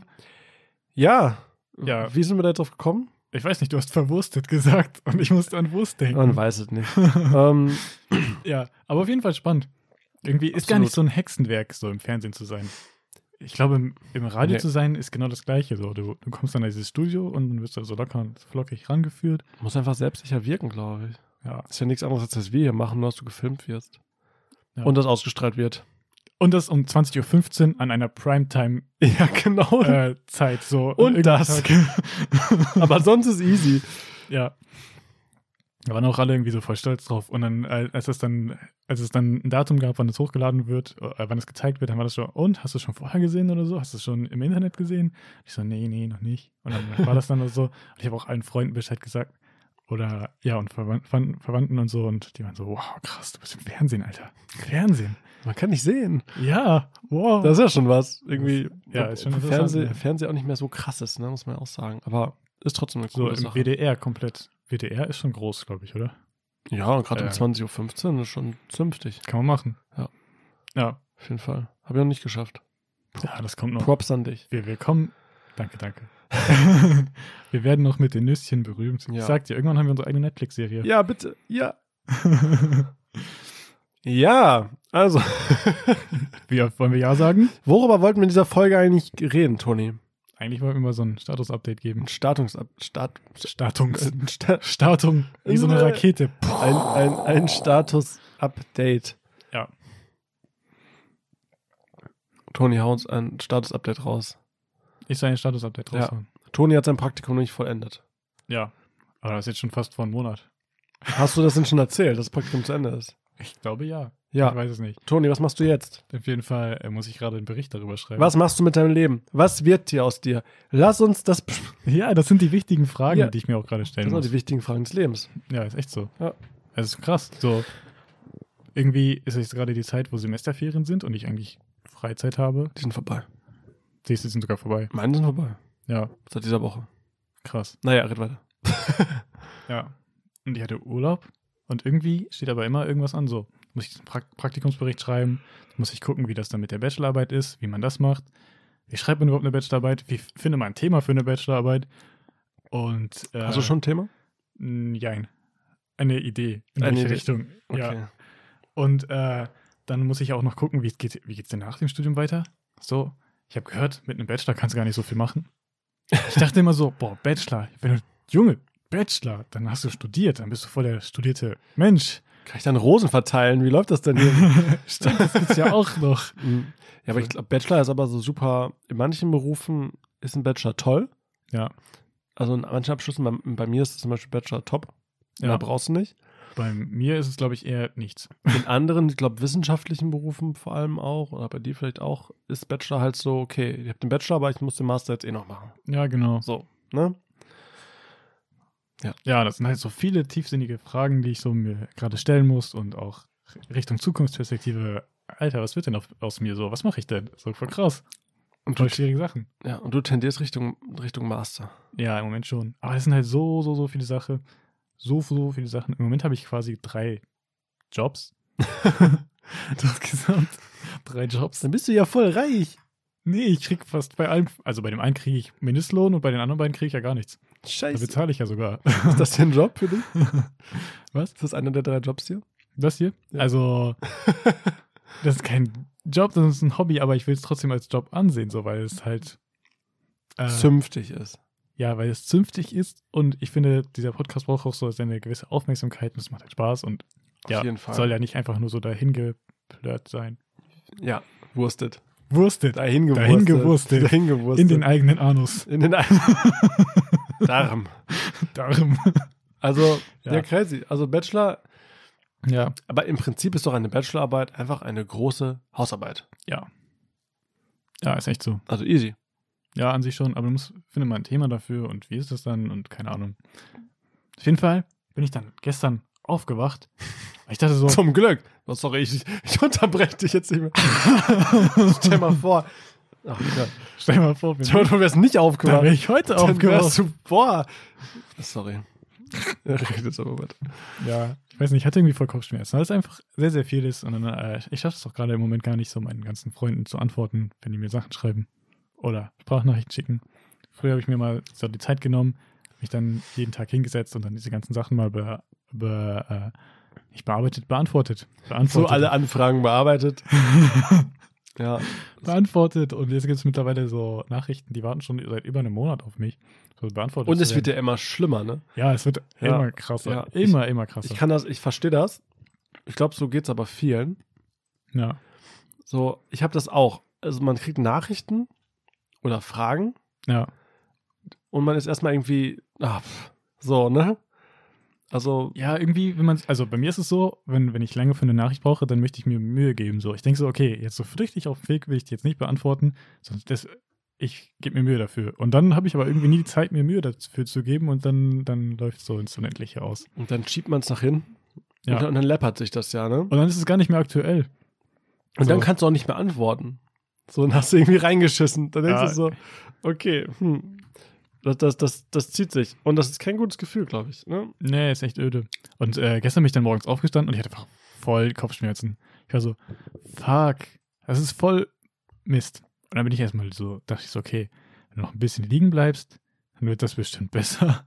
[SPEAKER 2] ja.
[SPEAKER 1] Ja.
[SPEAKER 2] Wie sind wir da drauf gekommen?
[SPEAKER 1] Ich weiß nicht, du hast verwurstet gesagt und ich musste an Wurst denken.
[SPEAKER 2] Man weiß es nicht. *laughs* ähm,
[SPEAKER 1] Ja, aber auf jeden Fall spannend. Irgendwie ist
[SPEAKER 2] Absolut.
[SPEAKER 1] gar nicht so ein Hexenwerk, so im Fernsehen zu sein. Ich glaube, im, im Radio
[SPEAKER 2] Nee.
[SPEAKER 1] zu sein ist genau das Gleiche. So, du, du kommst dann in dieses Studio und dann wirst du so locker und flockig rangeführt.
[SPEAKER 2] muss einfach selbstsicher wirken, glaube ich.
[SPEAKER 1] Ja.
[SPEAKER 2] Ist ja nichts anderes, als dass wir hier machen, nur dass du gefilmt wirst.
[SPEAKER 1] Ja.
[SPEAKER 2] Und das ausgestrahlt wird.
[SPEAKER 1] Und das um 20.15 Uhr an einer Primetime-Zeit.
[SPEAKER 2] *laughs* Ja, genau.
[SPEAKER 1] so an
[SPEAKER 2] Und
[SPEAKER 1] irgendeinem
[SPEAKER 2] das. *laughs*
[SPEAKER 1] Tag.
[SPEAKER 2] aber sonst ist easy.
[SPEAKER 1] ja. Da waren auch alle irgendwie so voll stolz drauf. Und dann, äh, als es dann, als es dann ein Datum gab, wann es hochgeladen wird, äh, wann es gezeigt wird, dann war das schon, und hast du es schon vorher gesehen oder so? Hast du es schon im Internet gesehen? Ich so, nee, nee, noch nicht. Und dann war das dann so. Und ich habe auch allen Freunden Bescheid gesagt. Oder ja, und Verwan Verwandten- Verwandten und so. Und die waren so, wow, krass, du bist im Fernsehen, Alter. Fernsehen.
[SPEAKER 2] Man kann nicht sehen.
[SPEAKER 1] Ja, wow.
[SPEAKER 2] Das ist ja schon was. Irgendwie,
[SPEAKER 1] Ja, ist schon
[SPEAKER 2] ob
[SPEAKER 1] interessant,
[SPEAKER 2] Fernseh,
[SPEAKER 1] ja.
[SPEAKER 2] Fernseh auch nicht mehr so krass ist, ne, muss man ja auch sagen. Aber ist trotzdem eine
[SPEAKER 1] so
[SPEAKER 2] coole
[SPEAKER 1] im
[SPEAKER 2] Sache.
[SPEAKER 1] WDR komplett. WDR ist schon groß, glaube ich, oder?
[SPEAKER 2] ja, und gerade um
[SPEAKER 1] Äh.
[SPEAKER 2] 20.15 Uhr ist schon zünftig.
[SPEAKER 1] Kann man machen.
[SPEAKER 2] Ja.
[SPEAKER 1] Ja,
[SPEAKER 2] Auf jeden Fall. Habe ich noch nicht geschafft.
[SPEAKER 1] ja das kommt noch.
[SPEAKER 2] Props an dich.
[SPEAKER 1] Wir, wir kommen. Danke,
[SPEAKER 2] *laughs*
[SPEAKER 1] danke. wir werden noch mit den Nüsschen berühmt.
[SPEAKER 2] Ja.
[SPEAKER 1] Ich sag dir, irgendwann haben wir unsere eigene Netflix-Serie.
[SPEAKER 2] Ja, bitte.
[SPEAKER 1] *laughs*
[SPEAKER 2] Ja. Ja, also, *laughs*
[SPEAKER 1] Wie oft wollen wir Ja sagen?
[SPEAKER 2] worüber wollten wir in dieser Folge eigentlich reden, Toni?
[SPEAKER 1] Eigentlich wollten wir mal so ein Status-Update geben.
[SPEAKER 2] Ein Startungsab Start
[SPEAKER 1] Statungs.
[SPEAKER 2] ein, Sta
[SPEAKER 1] Statung. Wie so eine
[SPEAKER 2] Äh.
[SPEAKER 1] Rakete. Puh.
[SPEAKER 2] ein, ein, ein Status-Update.
[SPEAKER 1] Oh. Ja.
[SPEAKER 2] Toni, hau uns ein Status-Update raus.
[SPEAKER 1] Ich soll ein Status-Update
[SPEAKER 2] Ja.
[SPEAKER 1] raushauen.
[SPEAKER 2] Toni hat sein Praktikum noch nicht vollendet.
[SPEAKER 1] Ja. Aber das ist jetzt schon fast vor einem Monat.
[SPEAKER 2] Hast du das denn schon erzählt, dass das Praktikum zu Ende ist?
[SPEAKER 1] Ich glaube ja. Ich
[SPEAKER 2] Ja.
[SPEAKER 1] weiß es nicht.
[SPEAKER 2] Toni, was machst du jetzt?
[SPEAKER 1] Auf jeden Fall äh, muss ich gerade einen Bericht darüber schreiben.
[SPEAKER 2] Was machst du mit deinem Leben? Was wird dir aus dir? Lass uns das besprechen.
[SPEAKER 1] Ja, das sind die wichtigen Fragen,
[SPEAKER 2] Ja.
[SPEAKER 1] die ich mir auch gerade
[SPEAKER 2] Das
[SPEAKER 1] stellen
[SPEAKER 2] sind auch
[SPEAKER 1] muss.
[SPEAKER 2] die wichtigen Fragen des Lebens.
[SPEAKER 1] Ja, ist echt so. Also,
[SPEAKER 2] Ja.
[SPEAKER 1] Es ist krass. So, irgendwie ist jetzt gerade die Zeit, wo Semesterferien sind und ich eigentlich Freizeit habe.
[SPEAKER 2] Die sind vorbei.
[SPEAKER 1] Die sind sogar vorbei.
[SPEAKER 2] Meine sind vorbei.
[SPEAKER 1] Ja,
[SPEAKER 2] Seit dieser Woche.
[SPEAKER 1] krass.
[SPEAKER 2] Naja, red weiter.
[SPEAKER 1] Ja. Und ich hatte Urlaub und irgendwie steht aber immer irgendwas an. So, muss ich diesen Prakt- Praktikumsbericht schreiben, muss ich gucken, wie das dann mit der Bachelorarbeit ist, wie man das macht. Wie schreibt man überhaupt eine Bachelorarbeit? Wie f- finde man ein Thema für eine Bachelorarbeit? Und äh,
[SPEAKER 2] Hast du schon ein Thema?
[SPEAKER 1] n- Jein. Eine Idee. In
[SPEAKER 2] Eine
[SPEAKER 1] welche
[SPEAKER 2] Idee.
[SPEAKER 1] Richtung? Ja. Und äh, dann muss ich auch noch gucken, wie es geht, wie geht's denn nach dem Studium weiter? So, ich habe gehört, mit einem Bachelor kannst du gar nicht so viel machen. Ich dachte immer so, boah, Bachelor, wenn du Junge, Bachelor, dann hast du studiert, dann bist du voll der studierte Mensch.
[SPEAKER 2] Kann ich dann Rosen verteilen? Wie läuft das denn hier?
[SPEAKER 1] *laughs* Stimmt, das gibt's ja auch noch.
[SPEAKER 2] Mhm. ja, aber ich glaube, Bachelor ist aber so super. In manchen Berufen ist ein Bachelor toll.
[SPEAKER 1] Ja.
[SPEAKER 2] Also in manchen Abschlüssen, bei, bei mir ist es zum Beispiel Bachelor top.
[SPEAKER 1] Ja.
[SPEAKER 2] Da brauchst du nicht.
[SPEAKER 1] Bei mir ist es, glaube ich, eher nichts.
[SPEAKER 2] In anderen, ich glaube, wissenschaftlichen Berufen vor allem auch, oder bei dir vielleicht auch, ist Bachelor halt so, okay, ich habe den Bachelor, aber ich muss den Master jetzt eh noch machen.
[SPEAKER 1] Ja, genau.
[SPEAKER 2] So, ne?
[SPEAKER 1] Ja, das sind halt so viele tiefsinnige Fragen, die ich so mir gerade stellen muss und auch Richtung Zukunftsperspektive. Alter, was wird denn auf, aus mir so? Was mache ich denn? So voll krass.
[SPEAKER 2] Und
[SPEAKER 1] Voll schwierige Sachen.
[SPEAKER 2] Ja, und du tendierst Richtung, Richtung Master.
[SPEAKER 1] Ja, im Moment schon. Aber es sind halt so, so, so viele Sachen. So, so viele Sachen. Im Moment habe ich quasi drei Jobs. Insgesamt drei Jobs.
[SPEAKER 2] Dann bist du ja voll reich.
[SPEAKER 1] Nee, ich krieg fast bei allem, also bei dem einen kriege ich Mindestlohn und bei den anderen beiden kriege ich ja gar nichts. Da
[SPEAKER 2] Scheiße.
[SPEAKER 1] bezahle ich ja sogar. *laughs*
[SPEAKER 2] Ist das dein Job *laughs* für dich?
[SPEAKER 1] Was?
[SPEAKER 2] Ist das einer der drei Jobs hier?
[SPEAKER 1] Das hier?
[SPEAKER 2] Ja.
[SPEAKER 1] Also, das ist kein Job, das ist ein Hobby, aber ich will es trotzdem als Job ansehen, so, weil es halt. äh,
[SPEAKER 2] Zünftig ist.
[SPEAKER 1] Ja, weil es zünftig ist und ich finde, dieser Podcast braucht auch so seine gewisse Aufmerksamkeit und es macht halt Spaß und
[SPEAKER 2] Auf
[SPEAKER 1] ja,
[SPEAKER 2] jeden Fall.
[SPEAKER 1] soll ja nicht einfach nur so dahin geplört sein.
[SPEAKER 2] Ja, wurstet.
[SPEAKER 1] Wurstet.
[SPEAKER 2] Dahin gewurstet.
[SPEAKER 1] Dahin gewurstet.
[SPEAKER 2] Dahin gewurstet.
[SPEAKER 1] In den eigenen
[SPEAKER 2] *laughs*
[SPEAKER 1] Anus.
[SPEAKER 2] in den
[SPEAKER 1] *laughs*
[SPEAKER 2] Darm.
[SPEAKER 1] Darum.
[SPEAKER 2] Also,
[SPEAKER 1] Ja.
[SPEAKER 2] ja. crazy. Also Bachelor,
[SPEAKER 1] Ja.
[SPEAKER 2] aber im Prinzip ist doch eine Bachelorarbeit einfach eine große Hausarbeit.
[SPEAKER 1] Ja. Ja, ist echt so.
[SPEAKER 2] Also easy.
[SPEAKER 1] Ja, an sich schon, aber du musst, finde mal ein Thema dafür und wie ist das dann und keine Ahnung. Auf jeden Fall bin ich dann gestern aufgewacht. weil Ich dachte so,
[SPEAKER 2] Zum Glück. Oh, Sorry, ich, ich unterbreche dich jetzt nicht mehr. *laughs* Stell mal vor. Ach, Gott.
[SPEAKER 1] stell dir mal vor,
[SPEAKER 2] Stell mal
[SPEAKER 1] bin
[SPEAKER 2] vor, du wärst nicht
[SPEAKER 1] da
[SPEAKER 2] aufgewacht.
[SPEAKER 1] bin ich heute
[SPEAKER 2] Dann wärst
[SPEAKER 1] aufgewacht.
[SPEAKER 2] du, boah. Sorry. Er redet aber weiter.
[SPEAKER 1] Ja, ich weiß nicht, ich hatte irgendwie voll Kopfschmerzen, weil es einfach sehr, sehr viel ist. Und dann, äh, ich schaffe es doch gerade im Moment gar nicht, so meinen ganzen Freunden zu antworten, wenn die mir Sachen schreiben oder Sprachnachrichten schicken. Früher habe ich mir mal so die Zeit genommen, mich dann jeden Tag hingesetzt und dann diese ganzen Sachen mal be, be, äh, nicht bearbeitet, beantwortet. beantwortet.
[SPEAKER 2] So alle
[SPEAKER 1] *laughs*
[SPEAKER 2] Anfragen bearbeitet. ja.
[SPEAKER 1] beantwortet. Und jetzt gibt es mittlerweile so Nachrichten, die warten schon seit über einem Monat auf mich. So beantwortet.
[SPEAKER 2] Und
[SPEAKER 1] zu
[SPEAKER 2] es wird
[SPEAKER 1] werden.
[SPEAKER 2] ja immer schlimmer, ne?
[SPEAKER 1] ja, es wird
[SPEAKER 2] Ja,
[SPEAKER 1] immer krasser.
[SPEAKER 2] ja.
[SPEAKER 1] immer, immer krasser.
[SPEAKER 2] Ich kann das, ich verstehe das. Ich glaube, so geht's aber vielen.
[SPEAKER 1] ja.
[SPEAKER 2] So, ich habe das auch. Also man kriegt Nachrichten oder Fragen
[SPEAKER 1] ja.
[SPEAKER 2] und man ist erstmal irgendwie, ah, pff, so, ne? Also,
[SPEAKER 1] Ja, irgendwie, wenn man, also bei mir ist es so, wenn, wenn ich lange für eine Nachricht brauche, dann möchte ich mir Mühe geben. So, ich denke so, okay, jetzt so richtig auf dem Weg will ich die jetzt nicht beantworten, sondern das, ich gebe mir Mühe dafür. Und dann habe ich aber irgendwie nie die Zeit, mir Mühe dafür zu geben und dann, dann läuft es so ins Unendliche aus.
[SPEAKER 2] und dann schiebt man es nach hinten
[SPEAKER 1] Ja.
[SPEAKER 2] und, dann- und dann läppert sich das ja, ne? Und
[SPEAKER 1] Und dann ist es gar nicht mehr aktuell. so.
[SPEAKER 2] dann kannst du auch nicht mehr antworten. So, und hast du irgendwie reingeschissen. Dann denkst
[SPEAKER 1] Ja.
[SPEAKER 2] du so, okay, hm. Das, das, das, das zieht sich. Und das ist kein gutes Gefühl, glaube ich. Ne?
[SPEAKER 1] Nee, ist echt öde. Und äh, gestern bin ich dann morgens aufgestanden und ich hatte einfach voll Kopfschmerzen. Ich war so, fuck, das ist voll Mist. Und dann bin ich erstmal so, dachte ich so, okay, wenn du noch ein bisschen liegen bleibst, dann wird das bestimmt *laughs* besser.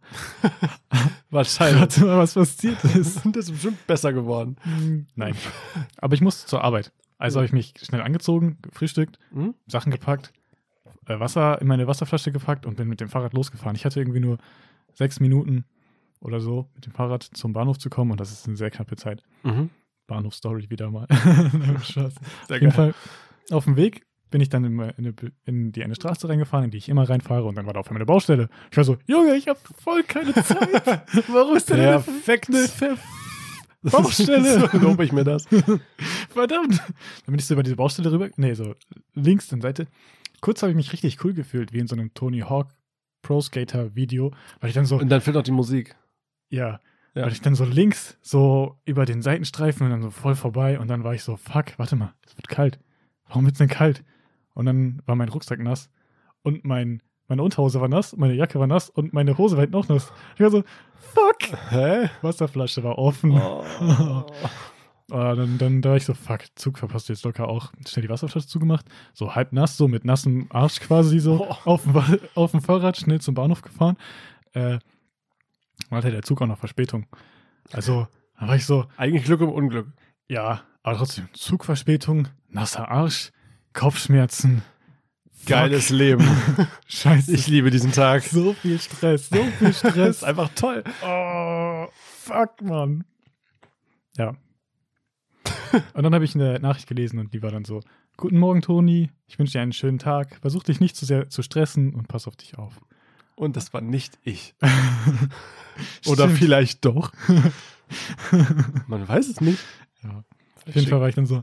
[SPEAKER 2] Wahrscheinlich.
[SPEAKER 1] mal, was passiert
[SPEAKER 2] *laughs*
[SPEAKER 1] ist.
[SPEAKER 2] Und *laughs* das ist bestimmt besser geworden.
[SPEAKER 1] Nein. Aber ich musste zur Arbeit. Also habe ich mich schnell angezogen, gefrühstückt,
[SPEAKER 2] Hm?
[SPEAKER 1] Sachen gepackt, äh, Wasser in meine Wasserflasche gepackt und bin mit dem Fahrrad losgefahren. Ich hatte irgendwie nur sechs Minuten oder so mit dem Fahrrad zum Bahnhof zu kommen und das ist eine sehr knappe Zeit.
[SPEAKER 2] Mhm.
[SPEAKER 1] Bahnhofstory wieder mal. *laughs* Nein, Spaß. auf jeden Fall, auf dem Weg bin ich dann in, in, in die eine Straße reingefahren, in die ich immer reinfahre und dann war da auf einmal eine Baustelle. Ich war so, Junge, ich habe voll keine
[SPEAKER 2] *laughs*
[SPEAKER 1] Zeit. Warum ist denn eine
[SPEAKER 2] Perfekt.
[SPEAKER 1] Ver- Baustelle.
[SPEAKER 2] *laughs* so lobe ich mir das.
[SPEAKER 1] Verdammt. Dann bin ich so über diese Baustelle rüber. Nee, so links dann Seite. Kurz habe ich mich richtig cool gefühlt, wie in so einem Tony Hawk Pro Skater Video, weil ich dann so,
[SPEAKER 2] Und dann fehlt noch die Musik.
[SPEAKER 1] ja,
[SPEAKER 2] Ja.
[SPEAKER 1] weil ich dann so links so über den Seitenstreifen und dann so voll vorbei und dann war ich so, fuck, warte mal, es wird kalt. Warum wird's denn kalt? Und dann war mein Rucksack nass und mein, meine Unterhose war nass, meine Jacke war nass und meine Hose war hinten auch nass. Ich war so, fuck,
[SPEAKER 2] Hä?
[SPEAKER 1] Wasserflasche war offen.
[SPEAKER 2] Oh.
[SPEAKER 1] Ah, dann, dann da war ich so, fuck, Zug verpasst du jetzt locker auch. Schnell die Wasserflasche zugemacht, so halb nass, so mit nassem Arsch quasi so auf, dem, Wa- auf dem Fahrrad, schnell zum Bahnhof gefahren. Äh, und hatte der Zug auch noch Verspätung. Also, da war ich so,
[SPEAKER 2] Eigentlich Glück im Unglück.
[SPEAKER 1] ja, aber trotzdem, Zugverspätung, nasser Arsch, Kopfschmerzen. Fuck, *laughs*
[SPEAKER 2] Geiles Leben.
[SPEAKER 1] Scheiße.
[SPEAKER 2] Ich liebe diesen Tag.
[SPEAKER 1] so viel Stress, so
[SPEAKER 2] *laughs*
[SPEAKER 1] viel
[SPEAKER 2] Das ist
[SPEAKER 1] Stress.
[SPEAKER 2] einfach toll.
[SPEAKER 1] Oh, fuck, Mann. Ja. Und dann habe ich eine Nachricht gelesen und die war dann so: Guten Morgen, Toni. Ich wünsche dir einen schönen Tag. Versuch dich nicht zu sehr zu stressen und pass auf dich auf.
[SPEAKER 2] Und das war nicht ich. Oder
[SPEAKER 1] Stimmt. *laughs*
[SPEAKER 2] vielleicht doch. Man weiß es nicht.
[SPEAKER 1] Ja. Auf jeden Fall war ich dann so: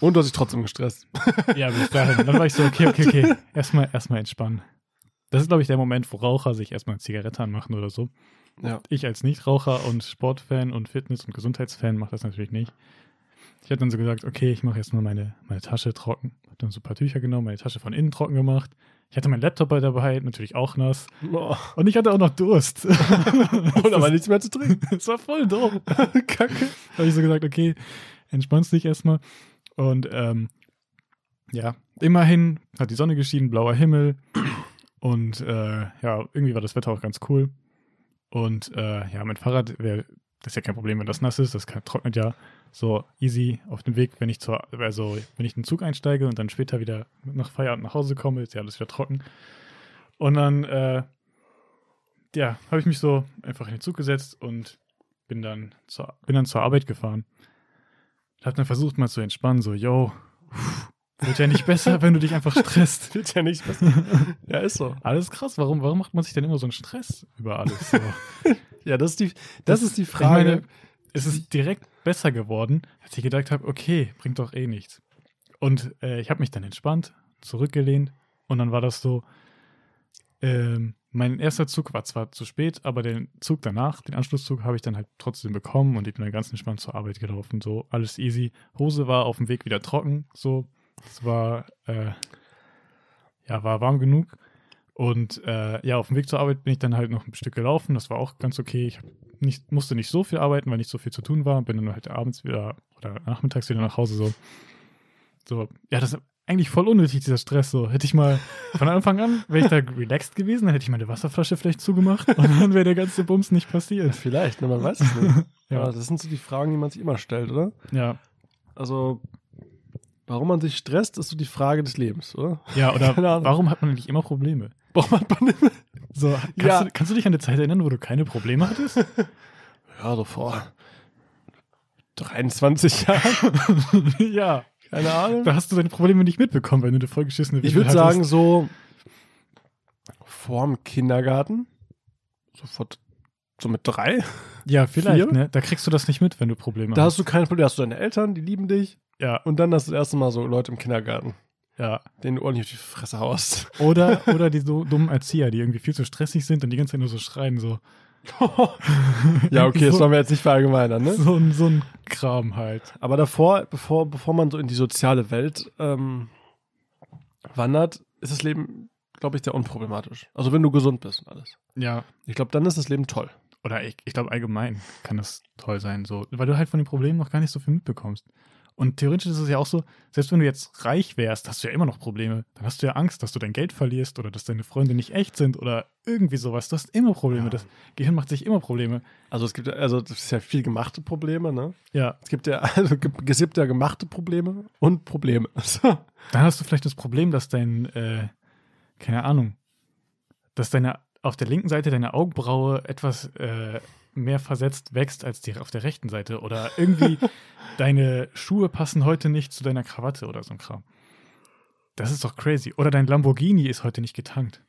[SPEAKER 2] Und du hast dich trotzdem gestresst.
[SPEAKER 1] Ja, bis dahin. Dann war ich so: Okay, okay, okay. Erstmal, erstmal entspannen. Das ist, glaube ich, der Moment, wo Raucher sich erstmal eine Zigarette anmachen oder so.
[SPEAKER 2] Ja.
[SPEAKER 1] Ich als Nichtraucher und Sportfan und Fitness- und Gesundheitsfan mache das natürlich nicht. Ich habe dann so gesagt, okay, ich mache jetzt mal meine, meine Tasche trocken. Habe dann so ein paar Tücher genommen, meine Tasche von innen trocken gemacht. Ich hatte meinen Laptop bei dabei, natürlich auch nass.
[SPEAKER 2] Oh.
[SPEAKER 1] Und ich hatte auch noch Durst.
[SPEAKER 2] Und aber nichts mehr
[SPEAKER 1] *laughs*
[SPEAKER 2] zu trinken.
[SPEAKER 1] das war voll doof.
[SPEAKER 2] Kacke.
[SPEAKER 1] habe ich so gesagt, okay, entspannst dich erstmal. Und ähm, ja, immerhin hat die Sonne geschienen, blauer Himmel. Und äh, ja, irgendwie war das Wetter auch ganz cool. Und äh, ja, mein Fahrrad wäre, das ist ja kein Problem, wenn das nass ist, das kann, trocknet ja so easy auf dem Weg, wenn ich zur, also wenn ich in den Zug einsteige und dann später wieder nach Feierabend nach Hause komme, ist ja alles wieder trocken. Und dann, äh, ja, habe ich mich so einfach in den Zug gesetzt und bin dann zur, bin dann zur Arbeit gefahren. Ich habe dann versucht, mal zu entspannen, so, yo, pff, wird ja nicht *laughs* besser, wenn du dich einfach stresst.
[SPEAKER 2] Wird ja nicht besser.
[SPEAKER 1] *laughs*
[SPEAKER 2] ja, ist so.
[SPEAKER 1] Alles krass, warum, warum macht man sich denn immer so einen Stress über alles? So?
[SPEAKER 2] Ja, das ist die, das ist die Frage.
[SPEAKER 1] Ich meine, es ist direkt besser geworden, als ich gedacht habe, okay, bringt doch eh nichts. Und äh, ich habe mich dann entspannt, zurückgelehnt und dann war das so, ähm, mein erster Zug war zwar zu spät, aber den Zug danach, den Anschlusszug, habe ich dann halt trotzdem bekommen und ich bin dann ganz entspannt zur Arbeit gelaufen, so alles easy. Hose war auf dem Weg wieder trocken, so. Es war, äh, ja, war warm genug. Und äh, ja, auf dem Weg zur Arbeit bin ich dann halt noch ein Stück gelaufen. Das war auch ganz okay. Ich hab nicht, musste nicht so viel arbeiten, weil nicht so viel zu tun war. Bin dann halt abends wieder oder nachmittags wieder nach Hause so. So, ja, das ist eigentlich voll unnötig, dieser Stress. So, hätte ich mal von Anfang an, wäre ich da relaxed gewesen, dann hätte ich meine Wasserflasche vielleicht zugemacht und dann wäre der ganze Bums nicht passiert.
[SPEAKER 2] Vielleicht, ne, man weiß es nicht.
[SPEAKER 1] *laughs* Ja.
[SPEAKER 2] ja. Das sind so die Fragen, die man sich immer stellt, oder?
[SPEAKER 1] Ja,
[SPEAKER 2] Also, warum man sich stresst, ist so die Frage des Lebens, oder? *laughs*
[SPEAKER 1] ja oder
[SPEAKER 2] Keine Ahnung.
[SPEAKER 1] warum hat man eigentlich immer Probleme?
[SPEAKER 2] Warum hat man
[SPEAKER 1] So, kannst,
[SPEAKER 2] Ja.
[SPEAKER 1] du, kannst du dich an eine Zeit erinnern, wo du keine Probleme hattest?
[SPEAKER 2] *laughs* Ja, so vor *laughs* 23 Jahren.
[SPEAKER 1] ja.
[SPEAKER 2] Keine Ahnung.
[SPEAKER 1] Da hast du deine Probleme nicht mitbekommen, wenn du eine vollgeschissene
[SPEAKER 2] Ich
[SPEAKER 1] Windel
[SPEAKER 2] würde sagen, so vorm Kindergarten. Sofort. So mit drei.
[SPEAKER 1] Ja, vielleicht,
[SPEAKER 2] vier?
[SPEAKER 1] ne? Da kriegst du das nicht mit, wenn du Probleme
[SPEAKER 2] Da
[SPEAKER 1] hast.
[SPEAKER 2] hast du kein Problem. Da hast du deine Eltern, die lieben dich.
[SPEAKER 1] Ja,
[SPEAKER 2] Und dann hast du das erste Mal so Leute im Kindergarten,
[SPEAKER 1] ja.
[SPEAKER 2] denen du ordentlich auf die Fresse *laughs* haust.
[SPEAKER 1] Oder, oder die so dummen Erzieher, die irgendwie viel zu stressig sind und die ganze Zeit nur so schreien, so.
[SPEAKER 2] *laughs* ja, okay,
[SPEAKER 1] *laughs*
[SPEAKER 2] das
[SPEAKER 1] so,
[SPEAKER 2] wollen wir jetzt nicht verallgemeinern, *laughs* ne?
[SPEAKER 1] so, ein, so ein Kram halt.
[SPEAKER 2] Aber davor, bevor, bevor man so in die soziale Welt ähm, wandert, ist das Leben, glaube ich, sehr unproblematisch. Also wenn du gesund bist und alles.
[SPEAKER 1] Ja.
[SPEAKER 2] Ich glaube, dann ist das Leben toll.
[SPEAKER 1] Oder ich, ich glaube, allgemein kann das toll sein, so. Weil du halt von den Problemen noch gar nicht so viel mitbekommst. Und theoretisch ist es ja auch so, selbst wenn du jetzt reich wärst, hast du ja immer noch Probleme. Dann hast du ja Angst, dass du dein Geld verlierst oder dass deine Freunde nicht echt sind oder irgendwie sowas. Du hast immer Probleme.
[SPEAKER 2] Ja.
[SPEAKER 1] Das Gehirn macht sich immer Probleme.
[SPEAKER 2] Also es gibt ja- also das ist ja viel gemachte Probleme, ne?
[SPEAKER 1] Ja.
[SPEAKER 2] Es gibt ja, *laughs* also gibt- es gibt ja gemachte Probleme und Probleme. *laughs* So.
[SPEAKER 1] Dann hast du vielleicht das Problem, dass dein, äh, keine Ahnung, dass deine auf der linken Seite deine Augenbraue etwas äh, mehr versetzt wächst als die auf der rechten Seite. Oder
[SPEAKER 2] *laughs*
[SPEAKER 1] irgendwie deine Schuhe passen heute nicht zu deiner Krawatte oder so ein Kram. Das ist doch crazy. Oder dein Lamborghini ist heute nicht getankt.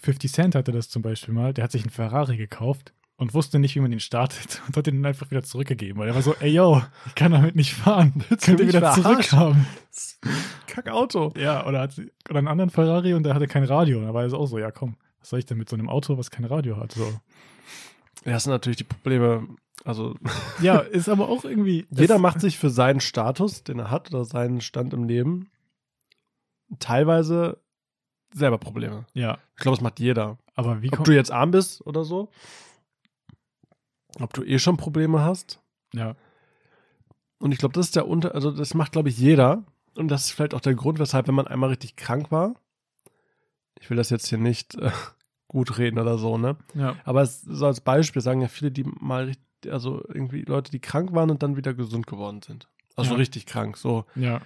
[SPEAKER 1] 50 Cent hatte das zum Beispiel mal. Der hat sich einen Ferrari gekauft und wusste nicht, wie man den startet *laughs* und hat den dann einfach wieder zurückgegeben, weil er war so, ey yo, ich kann damit nicht fahren. Könnt ihr
[SPEAKER 2] mich
[SPEAKER 1] wieder
[SPEAKER 2] verarschen?
[SPEAKER 1] zurückhaben.
[SPEAKER 2] Kackauto.
[SPEAKER 1] Ja, oder, hat, sie- oder einen anderen Ferrari und der hatte kein Radio. Und da war es auch so, ja komm, was soll ich denn mit so einem Auto, was kein Radio hat? So.
[SPEAKER 2] Ja, das sind natürlich die Probleme. Also *laughs*
[SPEAKER 1] Ja, ist aber auch irgendwie.
[SPEAKER 2] jeder
[SPEAKER 1] es,
[SPEAKER 2] macht sich für seinen Status, den er hat oder seinen Stand im Leben, teilweise selber Probleme.
[SPEAKER 1] Ja,
[SPEAKER 2] Ich glaube, das macht jeder.
[SPEAKER 1] aber wie
[SPEAKER 2] ob du
[SPEAKER 1] kommt.
[SPEAKER 2] jetzt arm bist oder so, ob du eh schon Probleme hast.
[SPEAKER 1] Ja,
[SPEAKER 2] Und ich glaube, das ist der Unter, also das macht, glaube ich, jeder. Und das ist vielleicht auch der Grund, weshalb, wenn man einmal richtig krank war, ich will das jetzt hier nicht äh, *laughs* gut reden oder so, ne?
[SPEAKER 1] ja,
[SPEAKER 2] Aber es, so als Beispiel sagen ja viele, die mal, richt- also irgendwie Leute, die krank waren und dann wieder gesund geworden sind. Also
[SPEAKER 1] Ja.
[SPEAKER 2] richtig krank, so
[SPEAKER 1] ja,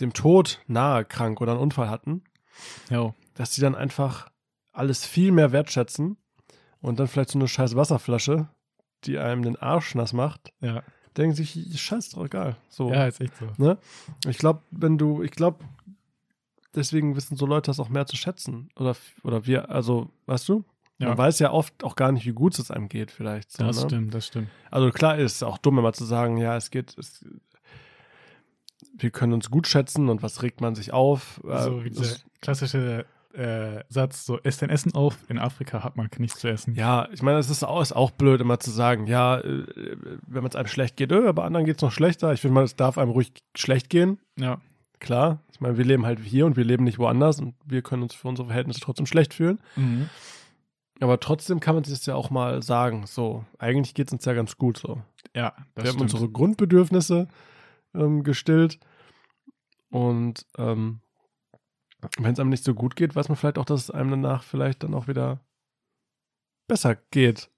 [SPEAKER 2] dem Tod nahe krank oder einen Unfall hatten,
[SPEAKER 1] ja.
[SPEAKER 2] dass die dann einfach alles viel mehr wertschätzen und dann vielleicht so eine scheiß Wasserflasche, die einem den Arsch nass macht,
[SPEAKER 1] Ja,
[SPEAKER 2] denken sich, scheiß drauf, egal. So.
[SPEAKER 1] ja, ist echt so.
[SPEAKER 2] Ne? Ich glaube, wenn du, ich glaube, deswegen wissen so Leute das auch mehr zu schätzen. Oder, oder wir, also, weißt du?
[SPEAKER 1] Ja.
[SPEAKER 2] Man weiß ja oft auch gar nicht, wie gut es einem geht, vielleicht. So,
[SPEAKER 1] Das
[SPEAKER 2] ne?
[SPEAKER 1] stimmt, das stimmt.
[SPEAKER 2] Also klar ist es auch dumm, immer zu sagen, ja, es geht, es, wir können uns gut schätzen und was regt man sich auf. Äh,
[SPEAKER 1] so wie dieser
[SPEAKER 2] es-
[SPEAKER 1] klassische äh, Satz: so, isst dein Essen auf, in Afrika hat man nichts zu essen.
[SPEAKER 2] ja, ich meine, es ist auch, ist auch blöd, immer zu sagen, ja, äh, wenn es einem schlecht geht, öh, bei anderen geht es noch schlechter. Ich finde mal, es darf einem ruhig schlecht gehen.
[SPEAKER 1] ja.
[SPEAKER 2] Klar, ich meine, wir leben halt hier und wir leben nicht woanders und wir können uns für unsere Verhältnisse trotzdem schlecht fühlen.
[SPEAKER 1] Mhm.
[SPEAKER 2] Aber trotzdem kann man sich das ja auch mal sagen, so, eigentlich geht es uns ja ganz gut so.
[SPEAKER 1] ja das
[SPEAKER 2] wir haben
[SPEAKER 1] stimmt.
[SPEAKER 2] unsere Grundbedürfnisse ähm, gestillt und ähm, wenn es einem nicht so gut geht, weiß man vielleicht auch, dass es einem danach vielleicht dann auch wieder besser geht.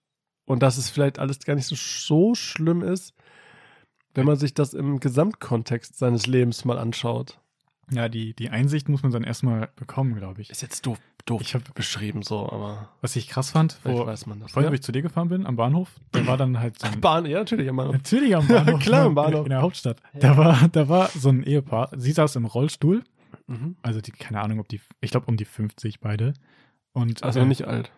[SPEAKER 2] Und dass es vielleicht alles gar nicht so, sch- so schlimm ist, wenn man sich das im Gesamtkontext seines Lebens mal anschaut.
[SPEAKER 1] Ja, die, die Einsicht muss man dann erstmal bekommen, glaube ich.
[SPEAKER 2] Ist jetzt doof, doof
[SPEAKER 1] Ich hab-
[SPEAKER 2] beschrieben so, aber
[SPEAKER 1] Was ich krass fand,
[SPEAKER 2] vielleicht
[SPEAKER 1] wo,
[SPEAKER 2] weiß man das.
[SPEAKER 1] vorhin, wo ich zu dir gefahren bin, am Bahnhof, da war dann halt so ein,
[SPEAKER 2] Bahn, ja, natürlich, ja, Mann.
[SPEAKER 1] Natürlich
[SPEAKER 2] *laughs*
[SPEAKER 1] am Bahnhof.
[SPEAKER 2] Klar, am
[SPEAKER 1] Mann,
[SPEAKER 2] Bahnhof.
[SPEAKER 1] In der Hauptstadt. Da, war, da war so ein Ehepaar. Sie saß im Rollstuhl.
[SPEAKER 2] Mhm.
[SPEAKER 1] Also, die, keine Ahnung, ob die, ich glaube, um die 50 beide. Und,
[SPEAKER 2] Also
[SPEAKER 1] äh,
[SPEAKER 2] noch nicht alt.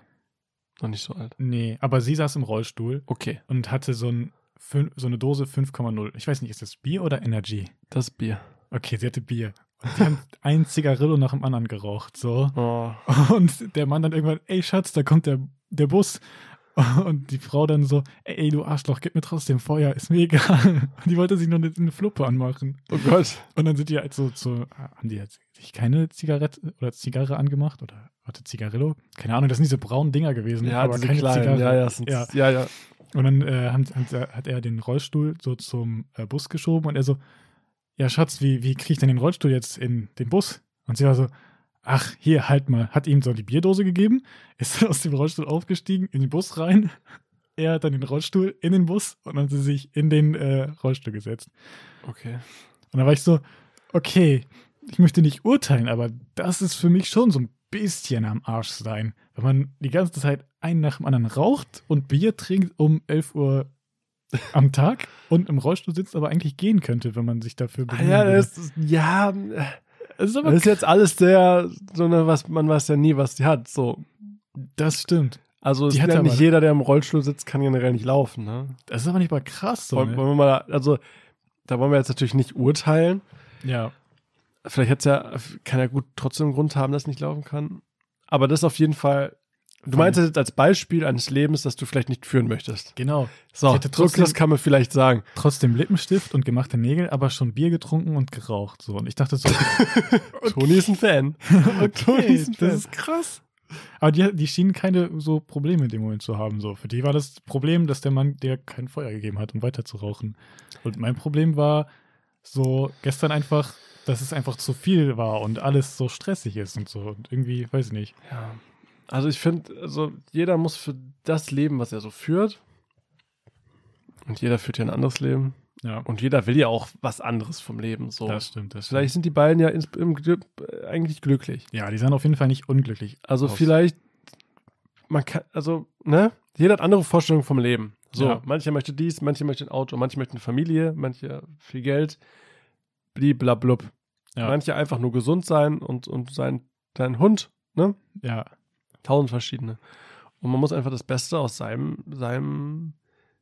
[SPEAKER 2] Noch nicht so alt.
[SPEAKER 1] Nee, aber sie saß im Rollstuhl
[SPEAKER 2] Okay,
[SPEAKER 1] und hatte so, ein, fün- so eine Dose 5,0. Ich weiß nicht, ist das Bier oder Energy?
[SPEAKER 2] das Bier.
[SPEAKER 1] Okay, sie hatte Bier. Und
[SPEAKER 2] *laughs*
[SPEAKER 1] sie haben ein Zigarillo nach dem anderen geraucht, so.
[SPEAKER 2] Oh.
[SPEAKER 1] Und der Mann dann irgendwann, ey Schatz, da kommt der, der Bus. Und die Frau dann so, ey, du Arschloch, gib mir trotzdem Feuer, ist mir egal. Und die wollte sich nur eine, eine Fluppe anmachen.
[SPEAKER 2] oh Gott.
[SPEAKER 1] Und dann sind die halt so, so haben die jetzt sich keine Zigarette oder Zigarre angemacht? Oder, warte, Zigarillo? Keine Ahnung, das sind diese braunen Dinger gewesen.
[SPEAKER 2] Ja,
[SPEAKER 1] aber
[SPEAKER 2] diese
[SPEAKER 1] keine
[SPEAKER 2] kleinen.
[SPEAKER 1] Zigarre.
[SPEAKER 2] Ja, ja, sind,
[SPEAKER 1] Ja.
[SPEAKER 2] ja, ja. ja.
[SPEAKER 1] Und dann äh, haben, haben, hat er den Rollstuhl so zum äh, Bus geschoben und er so, ja Schatz, wie, wie kriege ich denn den Rollstuhl jetzt in den Bus? Und sie war so, ach, hier, halt mal. Hat ihm so die Bierdose gegeben, *laughs* ist aus dem Rollstuhl aufgestiegen, in den Bus rein. Er hat dann den Rollstuhl in den Bus und dann hat sie sich in den äh, Rollstuhl gesetzt.
[SPEAKER 2] Okay.
[SPEAKER 1] Und da war ich so, okay, ich möchte nicht urteilen, aber das ist für mich schon so ein bisschen am Arsch sein, wenn man die ganze Zeit einen nach dem anderen raucht und Bier trinkt um 11 Uhr am
[SPEAKER 2] *laughs*
[SPEAKER 1] Tag und im Rollstuhl sitzt, aber eigentlich gehen könnte, wenn man sich dafür
[SPEAKER 2] Ah,
[SPEAKER 1] bemühen
[SPEAKER 2] ja,
[SPEAKER 1] würde.
[SPEAKER 2] das ist, ja, äh,
[SPEAKER 1] das ist aber
[SPEAKER 2] das ist jetzt alles sehr, so eine, was, man weiß ja nie, was die hat, so.
[SPEAKER 1] das stimmt.
[SPEAKER 2] Also, es
[SPEAKER 1] Die hat
[SPEAKER 2] ist ja
[SPEAKER 1] aber-
[SPEAKER 2] nicht jeder, der im Rollstuhl sitzt, kann generell nicht laufen, ne?
[SPEAKER 1] Das ist aber nicht mal krass so.
[SPEAKER 2] wollen,
[SPEAKER 1] Ne?
[SPEAKER 2] wollen wir mal, also, da wollen wir jetzt natürlich nicht urteilen.
[SPEAKER 1] Ja,
[SPEAKER 2] Vielleicht hat's ja, kann ja gut trotzdem einen Grund haben, dass es nicht laufen kann. Aber das ist auf jeden Fall, du meinst jetzt als Beispiel eines Lebens, das du vielleicht nicht führen möchtest.
[SPEAKER 1] genau.
[SPEAKER 2] So,
[SPEAKER 1] Ich hätte
[SPEAKER 2] trotzdem,
[SPEAKER 1] trotzdem-
[SPEAKER 2] das kann man vielleicht sagen.
[SPEAKER 1] Trotzdem Lippenstift und gemachte Nägel, aber schon Bier getrunken und geraucht so. Und ich dachte so,
[SPEAKER 2] Toni ist ein *laughs* Fan.
[SPEAKER 1] *laughs*
[SPEAKER 2] Toni
[SPEAKER 1] Okay, das ist krass. Aber die, die schienen keine so Probleme in dem Moment zu haben. So. Für die war das Problem, dass der Mann dir kein Feuer gegeben hat, um weiter zu rauchen. Und mein Problem war so gestern einfach, dass es einfach zu viel war und alles so stressig ist und so. Und irgendwie, weiß ich nicht.
[SPEAKER 2] Ja. Also ich finde, also jeder muss für das leben, was er so führt. Und jeder führt ja ein anderes Leben.
[SPEAKER 1] Ja,
[SPEAKER 2] Und jeder will ja auch was anderes vom Leben. So.
[SPEAKER 1] das stimmt. Das
[SPEAKER 2] vielleicht sind die beiden ja ins, im, Glück- äh, eigentlich glücklich.
[SPEAKER 1] stimmt. Ja, die sahen auf jeden Fall nicht unglücklich.
[SPEAKER 2] Also
[SPEAKER 1] Aus.
[SPEAKER 2] vielleicht, man kann, also, ne? Jeder hat andere Vorstellungen vom Leben. So,
[SPEAKER 1] Ja.
[SPEAKER 2] mancher möchte dies, manche möchten ein Auto, manche möchten eine Familie, manche viel Geld, bliblablub.
[SPEAKER 1] Ja.
[SPEAKER 2] Manche einfach nur gesund sein und, und sein, sein Hund, ne?
[SPEAKER 1] Ja,
[SPEAKER 2] tausend verschiedene. Und man muss einfach das Beste aus seinem, seinem,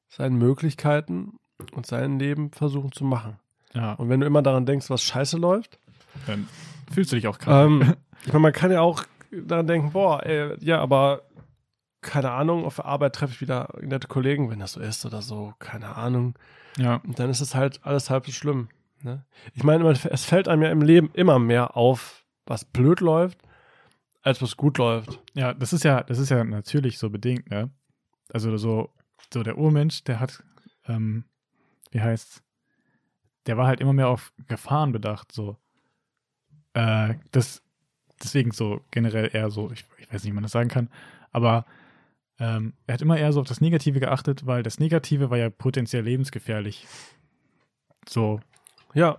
[SPEAKER 2] seinen Möglichkeiten und seinem Leben versuchen zu machen.
[SPEAKER 1] ja.
[SPEAKER 2] Und wenn du immer daran denkst, was scheiße läuft,
[SPEAKER 1] Dann fühlst du dich auch krass. *laughs*
[SPEAKER 2] ähm, ich meine, man kann ja auch daran denken, boah, ey, ja, aber keine Ahnung, auf der Arbeit treffe ich wieder nette Kollegen, wenn das so ist oder so, keine Ahnung.
[SPEAKER 1] ja,
[SPEAKER 2] Und dann ist es halt alles halb so schlimm. Ne? Ich meine, man- es fällt einem ja im Leben immer mehr auf, was blöd läuft, als was gut läuft.
[SPEAKER 1] ja, das ist ja, das ist ja natürlich so bedingt, ne? Also so, so der Urmensch, der hat, ähm, wie heißt's, der war halt immer mehr auf Gefahren bedacht, so. Äh, das, deswegen so generell eher so, ich, ich weiß nicht, wie man das sagen kann, aber ähm, er hat immer eher so auf das Negative geachtet, weil das Negative war ja potenziell lebensgefährlich. So,
[SPEAKER 2] Ja.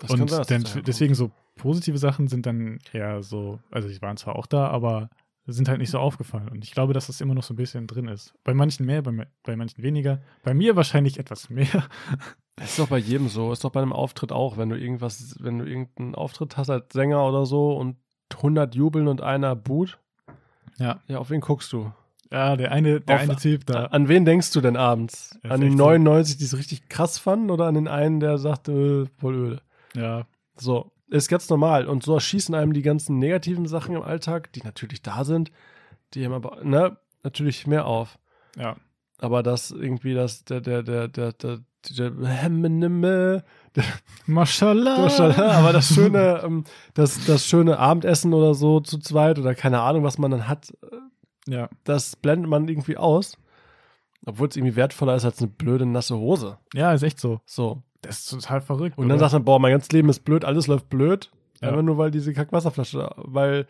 [SPEAKER 2] Das
[SPEAKER 1] und
[SPEAKER 2] sein,
[SPEAKER 1] dann,
[SPEAKER 2] dass das daher kommt.
[SPEAKER 1] deswegen so positive Sachen sind dann eher so, also die waren zwar auch da, aber sind halt nicht so aufgefallen. Und ich glaube, dass das immer noch so ein bisschen drin ist. Bei manchen mehr, bei, me- bei manchen weniger. Bei mir wahrscheinlich etwas mehr. *laughs*
[SPEAKER 2] Das ist doch bei jedem so. Ist doch bei einem Auftritt auch, wenn du irgendwas, wenn du irgendeinen Auftritt hast als Sänger oder so und 100 jubeln und einer boot.
[SPEAKER 1] Ja.
[SPEAKER 2] Ja, auf wen guckst du?
[SPEAKER 1] Ja, der eine, der
[SPEAKER 2] Auf-
[SPEAKER 1] eine Typ da.
[SPEAKER 2] *laughs* An wen denkst du denn abends?
[SPEAKER 1] Ja,
[SPEAKER 2] an den
[SPEAKER 1] vielleicht so.
[SPEAKER 2] 99, die es richtig krass fanden oder an den einen, der sagte, äh, voll öde?
[SPEAKER 1] Ja,
[SPEAKER 2] So, ist ganz normal. Und so erschießen einem die ganzen negativen Sachen im Alltag, die natürlich da sind, die haben aber, ne, natürlich mehr auf.
[SPEAKER 1] ja.
[SPEAKER 2] Aber das irgendwie, das, der, der, der, der, der, der, der
[SPEAKER 1] Maschallah.
[SPEAKER 2] Durchschnitt, *laughs* aber
[SPEAKER 1] *laughs*
[SPEAKER 2] das schöne, ähm, das, das schöne Abendessen oder so zu zweit oder keine Ahnung, was man dann hat,
[SPEAKER 1] Ja,
[SPEAKER 2] das blendet man irgendwie aus. Obwohl es irgendwie wertvoller ist als eine blöde nasse Hose.
[SPEAKER 1] ja, ist echt so.
[SPEAKER 2] So.
[SPEAKER 1] Das ist total verrückt.
[SPEAKER 2] Und dann
[SPEAKER 1] oder?
[SPEAKER 2] sagt man, boah, mein ganzes Leben ist blöd, alles läuft blöd.
[SPEAKER 1] Ja.
[SPEAKER 2] Einfach nur, weil diese Kackwasserflasche, weil.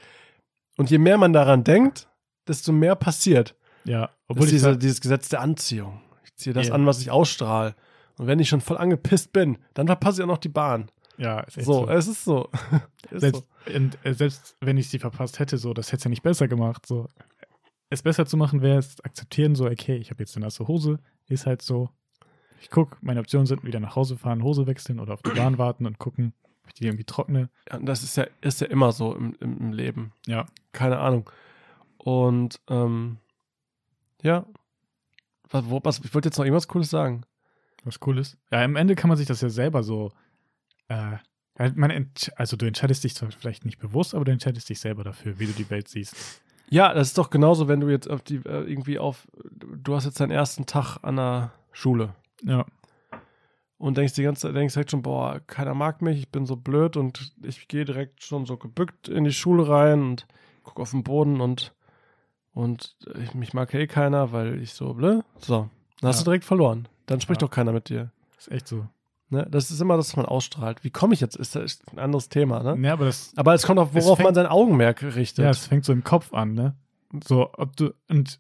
[SPEAKER 2] Und je mehr man daran denkt, desto mehr passiert.
[SPEAKER 1] ja,
[SPEAKER 2] Obwohl
[SPEAKER 1] obwohl
[SPEAKER 2] ist
[SPEAKER 1] ich
[SPEAKER 2] diese,
[SPEAKER 1] sag-
[SPEAKER 2] dieses Gesetz der Anziehung. Ich ziehe das
[SPEAKER 1] Ja.
[SPEAKER 2] an, was ich ausstrahle. Und wenn ich schon voll angepisst bin, dann verpasse ich auch noch die Bahn.
[SPEAKER 1] Ja, ist echt
[SPEAKER 2] so,
[SPEAKER 1] so.
[SPEAKER 2] es ist so. *laughs* ist
[SPEAKER 1] selbst,
[SPEAKER 2] so.
[SPEAKER 1] Und, äh, selbst wenn ich sie verpasst hätte, so, das hätte es ja nicht besser gemacht. So. Es besser zu machen wäre es akzeptieren, so, okay, ich habe jetzt eine nasse Hose, ist halt so. Ich gucke, meine Optionen sind wieder nach Hause fahren, Hose wechseln oder auf die Bahn warten und gucken, ob ich die irgendwie trockne.
[SPEAKER 2] Ja, und das ist ja, ist ja immer so im, im, im Leben.
[SPEAKER 1] Ja.
[SPEAKER 2] Keine Ahnung. Und ähm, ja. Was, wo, was, ich wollte jetzt noch irgendwas Cooles sagen.
[SPEAKER 1] Was cool ist. Ja, am Ende kann man sich das ja selber so. Äh, halt, man ent also, du entscheidest dich zwar vielleicht nicht bewusst, aber du entscheidest dich selber dafür, wie du die Welt siehst.
[SPEAKER 2] Ja, das ist doch genauso, wenn du jetzt auf die äh, irgendwie auf, du hast jetzt deinen ersten Tag an der Schule
[SPEAKER 1] Ja.
[SPEAKER 2] und denkst die ganze Zeit, denkst direkt schon, boah, keiner mag mich, ich bin so blöd und ich gehe direkt schon so gebückt in die Schule rein und guck auf den Boden und und ich, mich mag ja eh keiner, weil ich so, ne? So, dann hast
[SPEAKER 1] Ja.
[SPEAKER 2] du direkt verloren. Dann spricht
[SPEAKER 1] Ja.
[SPEAKER 2] doch keiner mit dir.
[SPEAKER 1] Ist echt so.
[SPEAKER 2] Ne? Das ist immer das, was man ausstrahlt. Wie komme ich jetzt? Ist das ein anderes Thema, ne?
[SPEAKER 1] Ja, aber das,
[SPEAKER 2] Aber es kommt auf,
[SPEAKER 1] Es
[SPEAKER 2] worauf
[SPEAKER 1] fängt-
[SPEAKER 2] man sein Augenmerk richtet.
[SPEAKER 1] Ja, es fängt so im Kopf an, ne? So, ob du, und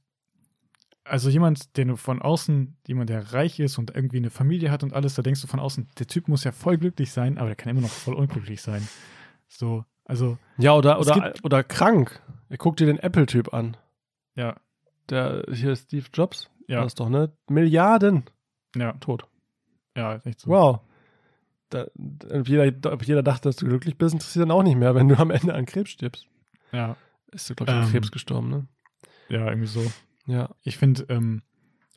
[SPEAKER 1] also jemand, den du von außen, jemand, der reich ist und irgendwie eine Familie hat und alles, da denkst du von außen, der Typ muss ja voll glücklich sein, aber der kann immer noch voll unglücklich sein. So, also,
[SPEAKER 2] Ja, oder,
[SPEAKER 1] Es
[SPEAKER 2] oder, oder krank. Guck dir den Apple-Typ an.
[SPEAKER 1] ja,
[SPEAKER 2] Der hier Steve Jobs. Ja.
[SPEAKER 1] ja,
[SPEAKER 2] Das ist doch, ne? Milliarden
[SPEAKER 1] ja,
[SPEAKER 2] tot.
[SPEAKER 1] ja, ist echt so.
[SPEAKER 2] Wow. Da, ob, jeder, ob jeder dachte, dass du glücklich bist, interessiert dann auch nicht mehr, wenn du am Ende an Krebs stirbst.
[SPEAKER 1] Ja,
[SPEAKER 2] Ist du, glaube ich, an
[SPEAKER 1] Ähm.
[SPEAKER 2] Krebs gestorben, ne?
[SPEAKER 1] ja, irgendwie so.
[SPEAKER 2] Ja.
[SPEAKER 1] Ich finde, ähm,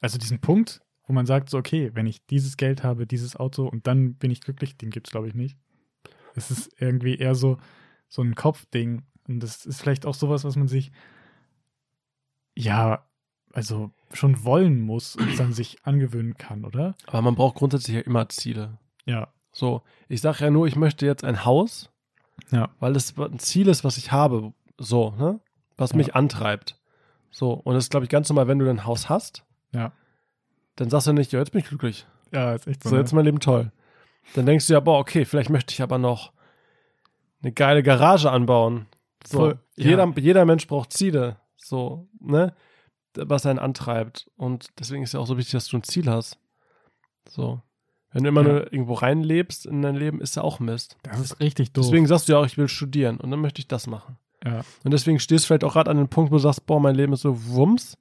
[SPEAKER 1] also diesen Punkt, wo man sagt, so, okay, wenn ich dieses Geld habe, dieses Auto und dann bin ich glücklich, den gibt es, glaube ich, nicht. Es ist irgendwie eher so, so ein Kopfding. Und das ist vielleicht auch sowas, was man sich, ja, also schon wollen muss und dann sich angewöhnen kann, oder?
[SPEAKER 2] Aber man braucht grundsätzlich ja immer Ziele.
[SPEAKER 1] Ja.
[SPEAKER 2] So, ich sage ja nur, ich möchte jetzt ein Haus,
[SPEAKER 1] Ja.
[SPEAKER 2] weil das ein Ziel ist, was ich habe. So, ne? Was
[SPEAKER 1] Ja.
[SPEAKER 2] mich antreibt. So, und das ist, glaube ich, ganz normal, wenn du ein Haus hast,
[SPEAKER 1] Ja.
[SPEAKER 2] dann sagst du nicht, ja, jetzt bin ich glücklich.
[SPEAKER 1] Ja, ist echt so. ne?
[SPEAKER 2] So, jetzt ist mein Leben toll. Dann denkst du ja, boah, okay, vielleicht möchte ich aber noch eine geile Garage anbauen. So,
[SPEAKER 1] Voll, ja.
[SPEAKER 2] jeder, jeder Mensch braucht Ziele, so, ne? Was einen antreibt. Und deswegen ist ja auch so wichtig, dass du ein Ziel hast. So. Wenn du immer
[SPEAKER 1] Ja.
[SPEAKER 2] nur irgendwo reinlebst in dein Leben, ist ja auch Mist.
[SPEAKER 1] das ist richtig doof.
[SPEAKER 2] Deswegen sagst du ja auch, ich will studieren und dann möchte ich das machen.
[SPEAKER 1] ja.
[SPEAKER 2] Und deswegen stehst du vielleicht auch gerade an dem Punkt, wo du sagst, boah, mein Leben ist so wumms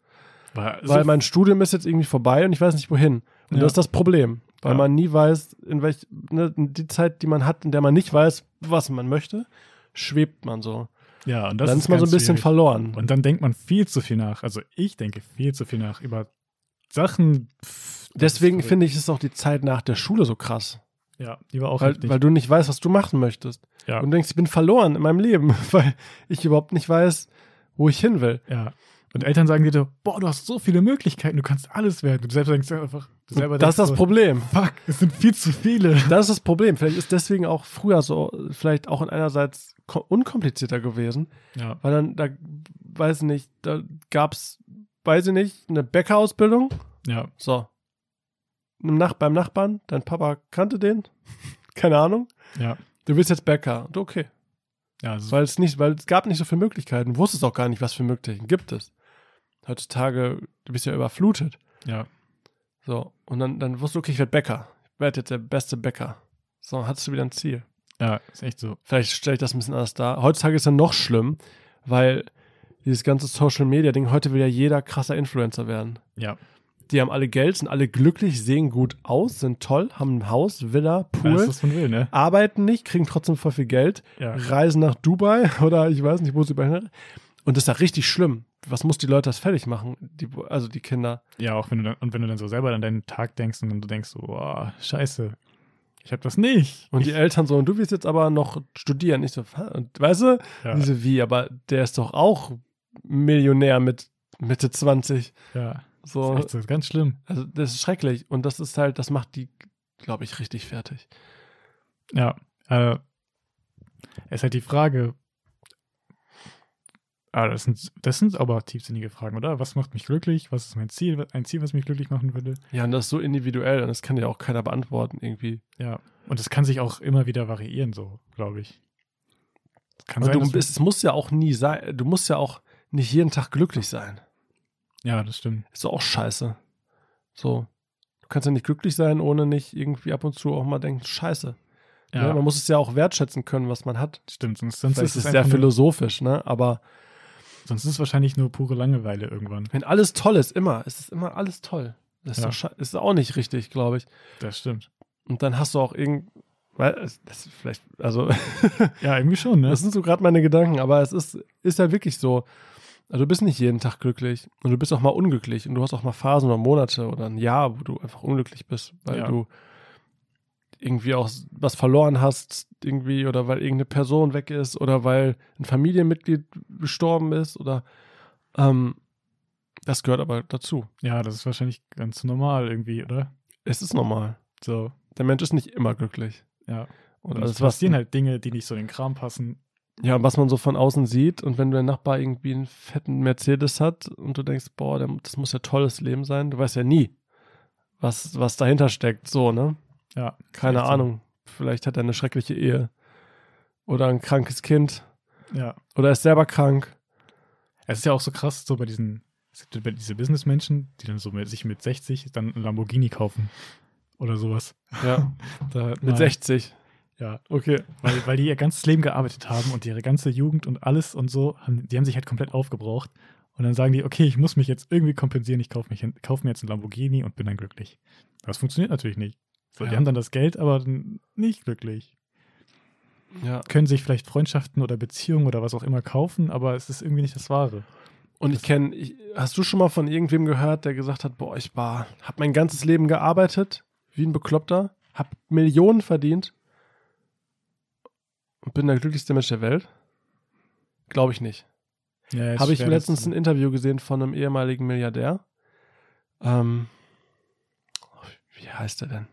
[SPEAKER 1] Weil,
[SPEAKER 2] weil
[SPEAKER 1] so,
[SPEAKER 2] mein Studium ist jetzt irgendwie vorbei und ich weiß nicht wohin. Und
[SPEAKER 1] Ja.
[SPEAKER 2] das ist das Problem, weil
[SPEAKER 1] Ja.
[SPEAKER 2] man nie weiß, in welch ne, die Zeit, die man hat, in der man nicht weiß, was man möchte, schwebt man so.
[SPEAKER 1] ja, und das
[SPEAKER 2] Dann ist, man so ein
[SPEAKER 1] ganz
[SPEAKER 2] bisschen
[SPEAKER 1] schwierig.
[SPEAKER 2] verloren.
[SPEAKER 1] Und dann denkt man viel zu viel nach. Also ich denke viel zu viel nach über Sachen. pff, das
[SPEAKER 2] Deswegen
[SPEAKER 1] ist verrückt.
[SPEAKER 2] finde ich es auch die Zeit nach der Schule so krass,
[SPEAKER 1] Ja, die war auch
[SPEAKER 2] weil,
[SPEAKER 1] heftig.
[SPEAKER 2] weil du nicht weißt, was du machen möchtest.
[SPEAKER 1] ja,
[SPEAKER 2] Und du denkst, ich bin verloren in meinem Leben, *laughs* weil ich überhaupt nicht weiß, wo ich hin will.
[SPEAKER 1] ja. Und Eltern sagen dir, so, boah, du hast so viele Möglichkeiten, du kannst alles werden. Und du selbst denkst einfach, du
[SPEAKER 2] Und
[SPEAKER 1] selber
[SPEAKER 2] das ist
[SPEAKER 1] denkst
[SPEAKER 2] das Problem.
[SPEAKER 1] so, Fuck, es sind viel zu viele.
[SPEAKER 2] Das ist das Problem. Vielleicht ist deswegen auch früher so, vielleicht auch in einerseits ko- unkomplizierter gewesen,
[SPEAKER 1] Ja,
[SPEAKER 2] Weil dann, da, weiß ich nicht, da gab's, weiß ich nicht, eine Bäckerausbildung.
[SPEAKER 1] ja,
[SPEAKER 2] So. Im Nach beim Nachbarn, dein Papa kannte den. *laughs* Keine Ahnung.
[SPEAKER 1] ja.
[SPEAKER 2] Du willst jetzt Bäcker. Und okay.
[SPEAKER 1] Ja, das ist,
[SPEAKER 2] Weil es nicht, weil es gab nicht so viele Möglichkeiten. Du wusstest auch gar nicht, was für Möglichkeiten gibt es. Heutzutage, du bist ja überflutet.
[SPEAKER 1] ja,
[SPEAKER 2] So. Und dann, dann wusstest du, okay, ich werde Bäcker. Ich werde jetzt der beste Bäcker. So, dann hattest du wieder ein Ziel.
[SPEAKER 1] ja, ist echt so.
[SPEAKER 2] Vielleicht stelle ich das ein bisschen anders dar. Heutzutage ist es ja noch schlimm, weil dieses ganze Social-Media-Ding, heute will ja jeder krasser Influencer werden.
[SPEAKER 1] Ja,
[SPEAKER 2] Die haben alle Geld, sind alle glücklich, sehen gut aus, sind toll, haben ein Haus, Villa,
[SPEAKER 1] alles,
[SPEAKER 2] Pool,
[SPEAKER 1] was man will, ne?
[SPEAKER 2] arbeiten nicht, kriegen trotzdem voll viel Geld,
[SPEAKER 1] Ja,
[SPEAKER 2] reisen nach Dubai *laughs* oder ich weiß nicht, wo sie überhin. Und das ist ja richtig schlimm. Was muss die Leute das fertig machen? Die, also die Kinder.
[SPEAKER 1] ja auch wenn du dann, und wenn du dann so selber an deinen Tag denkst und dann du denkst, so, boah, scheiße, ich hab das nicht.
[SPEAKER 2] Und die Eltern so, und du willst jetzt aber noch studieren. Ich so, "Hä?" und, weißt du,
[SPEAKER 1] Ja,
[SPEAKER 2] diese wie, aber der ist doch auch Millionär mit Mitte 20.
[SPEAKER 1] ja.
[SPEAKER 2] So,
[SPEAKER 1] Ist echt so, ist ganz schlimm.
[SPEAKER 2] also das ist schrecklich und das ist halt, das macht die, glaube ich, richtig fertig.
[SPEAKER 1] Ja, äh, ist halt die Frage. Ah, das sind, das sind aber tiefsinnige Fragen, oder? Was macht mich glücklich? Was ist mein Ziel? Ein Ziel, was mich glücklich machen würde?
[SPEAKER 2] Ja, und das ist so individuell und das kann ja auch keiner beantworten irgendwie.
[SPEAKER 1] Ja. Und es kann sich auch immer wieder variieren, so, glaube ich. Es Kann
[SPEAKER 2] Und
[SPEAKER 1] sein,
[SPEAKER 2] du
[SPEAKER 1] dass
[SPEAKER 2] bist, es muss ja auch nie sein, du musst ja auch nicht jeden Tag glücklich sein.
[SPEAKER 1] ja, das stimmt.
[SPEAKER 2] Ist doch auch scheiße. So. Du kannst ja nicht glücklich sein, ohne nicht irgendwie ab und zu auch mal denken, scheiße.
[SPEAKER 1] Ja,
[SPEAKER 2] Ne? Man muss es ja auch wertschätzen können, was man hat.
[SPEAKER 1] stimmt. Sonst, sonst
[SPEAKER 2] Vielleicht
[SPEAKER 1] ist es
[SPEAKER 2] ist es sehr
[SPEAKER 1] einfach nur,
[SPEAKER 2] philosophisch, ne? Aber
[SPEAKER 1] sonst ist es wahrscheinlich nur pure Langeweile irgendwann.
[SPEAKER 2] wenn alles toll ist, immer, es ist immer alles toll. Das ist,
[SPEAKER 1] Ja.
[SPEAKER 2] doch sche- ist auch nicht richtig, glaube ich.
[SPEAKER 1] Das stimmt.
[SPEAKER 2] Und dann hast du auch irgend, weil es- das ist vielleicht, also
[SPEAKER 1] Ja, irgendwie schon, ne?
[SPEAKER 2] das sind so gerade meine Gedanken, aber es ist, ist ja wirklich so. Also du bist nicht jeden Tag glücklich und du bist auch mal unglücklich und du hast auch mal Phasen oder Monate oder ein Jahr, wo du einfach unglücklich bist, weil
[SPEAKER 1] Ja.
[SPEAKER 2] du irgendwie auch was verloren hast, irgendwie oder weil irgendeine Person weg ist oder weil ein Familienmitglied gestorben ist oder ähm, das gehört aber dazu.
[SPEAKER 1] ja, das ist wahrscheinlich ganz normal irgendwie, oder?
[SPEAKER 2] Es ist normal.
[SPEAKER 1] So,
[SPEAKER 2] Der Mensch ist nicht immer glücklich.
[SPEAKER 1] ja.
[SPEAKER 2] Und
[SPEAKER 1] Und
[SPEAKER 2] alles,
[SPEAKER 1] es
[SPEAKER 2] was
[SPEAKER 1] passieren halt Dinge, die nicht so in den Kram passen.
[SPEAKER 2] Ja, was man so von außen sieht und wenn der Nachbar irgendwie einen fetten Mercedes hat und du denkst, boah, der- das muss ja tolles Leben sein, du weißt ja nie, was, was dahinter steckt, so, ne?
[SPEAKER 1] Ja.
[SPEAKER 2] Keine
[SPEAKER 1] Echt so.
[SPEAKER 2] Ahnung. Vielleicht hat er eine schreckliche Ehe oder ein krankes Kind
[SPEAKER 1] Ja.
[SPEAKER 2] oder ist selber krank.
[SPEAKER 1] Es ist ja auch so krass, so bei diesen, es gibt ja diese Businessmenschen, die dann so mit, sich mit 60 dann einen Lamborghini kaufen oder sowas.
[SPEAKER 2] Ja,
[SPEAKER 1] Da hat
[SPEAKER 2] mit
[SPEAKER 1] man-
[SPEAKER 2] 60.
[SPEAKER 1] Ja,
[SPEAKER 2] Okay.
[SPEAKER 1] weil, weil die ihr ganzes Leben gearbeitet haben und ihre ganze Jugend und alles und so, haben, die haben sich halt komplett aufgebraucht. Und dann sagen die, okay, ich muss mich jetzt irgendwie kompensieren, ich kaufe kauf mir jetzt einen Lamborghini und bin dann glücklich. Das funktioniert natürlich nicht. So, Die
[SPEAKER 2] Ja.
[SPEAKER 1] haben dann das Geld, aber dann nicht glücklich.
[SPEAKER 2] Ja.
[SPEAKER 1] Können sich vielleicht Freundschaften oder Beziehungen oder was auch immer kaufen, aber es ist irgendwie nicht das Wahre.
[SPEAKER 2] Und ich kenne, ich, hast du schon mal von irgendwem gehört, der gesagt hat, boah, ich war, hab mein ganzes Leben gearbeitet, wie ein Bekloppter, hab Millionen verdient und bin der glücklichste Mensch der Welt? Glaube ich nicht.
[SPEAKER 1] Ja, ist
[SPEAKER 2] Habe ich
[SPEAKER 1] schwer,
[SPEAKER 2] letztens
[SPEAKER 1] das-
[SPEAKER 2] ein Interview gesehen von einem ehemaligen Milliardär. Ähm, wie heißt er denn?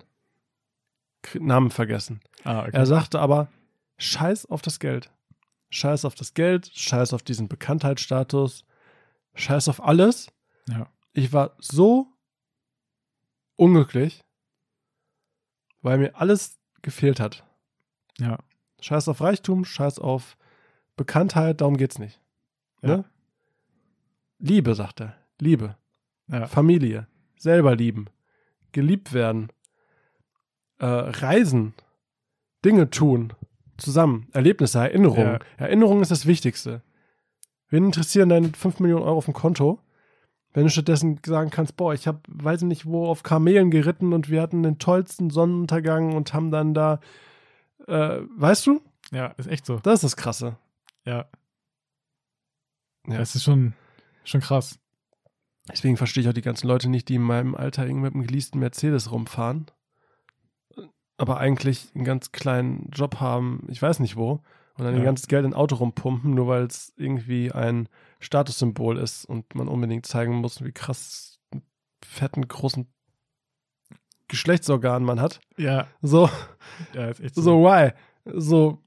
[SPEAKER 2] K- Namen vergessen.
[SPEAKER 1] Ah, okay.
[SPEAKER 2] Er sagte aber, scheiß auf das Geld. Scheiß auf das Geld, scheiß auf diesen Bekanntheitsstatus, scheiß auf alles.
[SPEAKER 1] Ja.
[SPEAKER 2] Ich war so unglücklich, weil mir alles gefehlt hat.
[SPEAKER 1] ja.
[SPEAKER 2] Scheiß auf Reichtum, scheiß auf Bekanntheit, darum geht's nicht.
[SPEAKER 1] Ja.
[SPEAKER 2] Ne? Liebe, sagt er. Liebe.
[SPEAKER 1] Ja.
[SPEAKER 2] Familie. Selber lieben. Geliebt werden. Äh, reisen. Dinge tun. Zusammen. Erlebnisse, Erinnerungen.
[SPEAKER 1] Ja.
[SPEAKER 2] Erinnerungen ist das Wichtigste. Wen interessieren deine 5 Millionen Euro auf dem Konto? Wenn du stattdessen sagen kannst, boah, ich habe, weiß ich nicht wo, auf Kamelen geritten und wir hatten den tollsten Sonnenuntergang und haben dann da, äh, weißt du?
[SPEAKER 1] Ja, ist echt so.
[SPEAKER 2] Das ist das Krasse.
[SPEAKER 1] Ja.
[SPEAKER 2] Ja.
[SPEAKER 1] Das ist schon, schon krass.
[SPEAKER 2] Deswegen verstehe ich auch die ganzen Leute nicht, die in meinem Alter irgendwie mit einem geleasten Mercedes rumfahren, aber eigentlich einen ganz kleinen Job haben, ich weiß nicht wo, und dann
[SPEAKER 1] Ja.
[SPEAKER 2] ihr ganzes Geld in ein Auto rumpumpen, nur weil es irgendwie ein Statussymbol ist und man unbedingt zeigen muss, wie krass einen fetten, großen Geschlechtsorgan man hat.
[SPEAKER 1] Ja,
[SPEAKER 2] So,
[SPEAKER 1] ja ist echt so.
[SPEAKER 2] so why? So,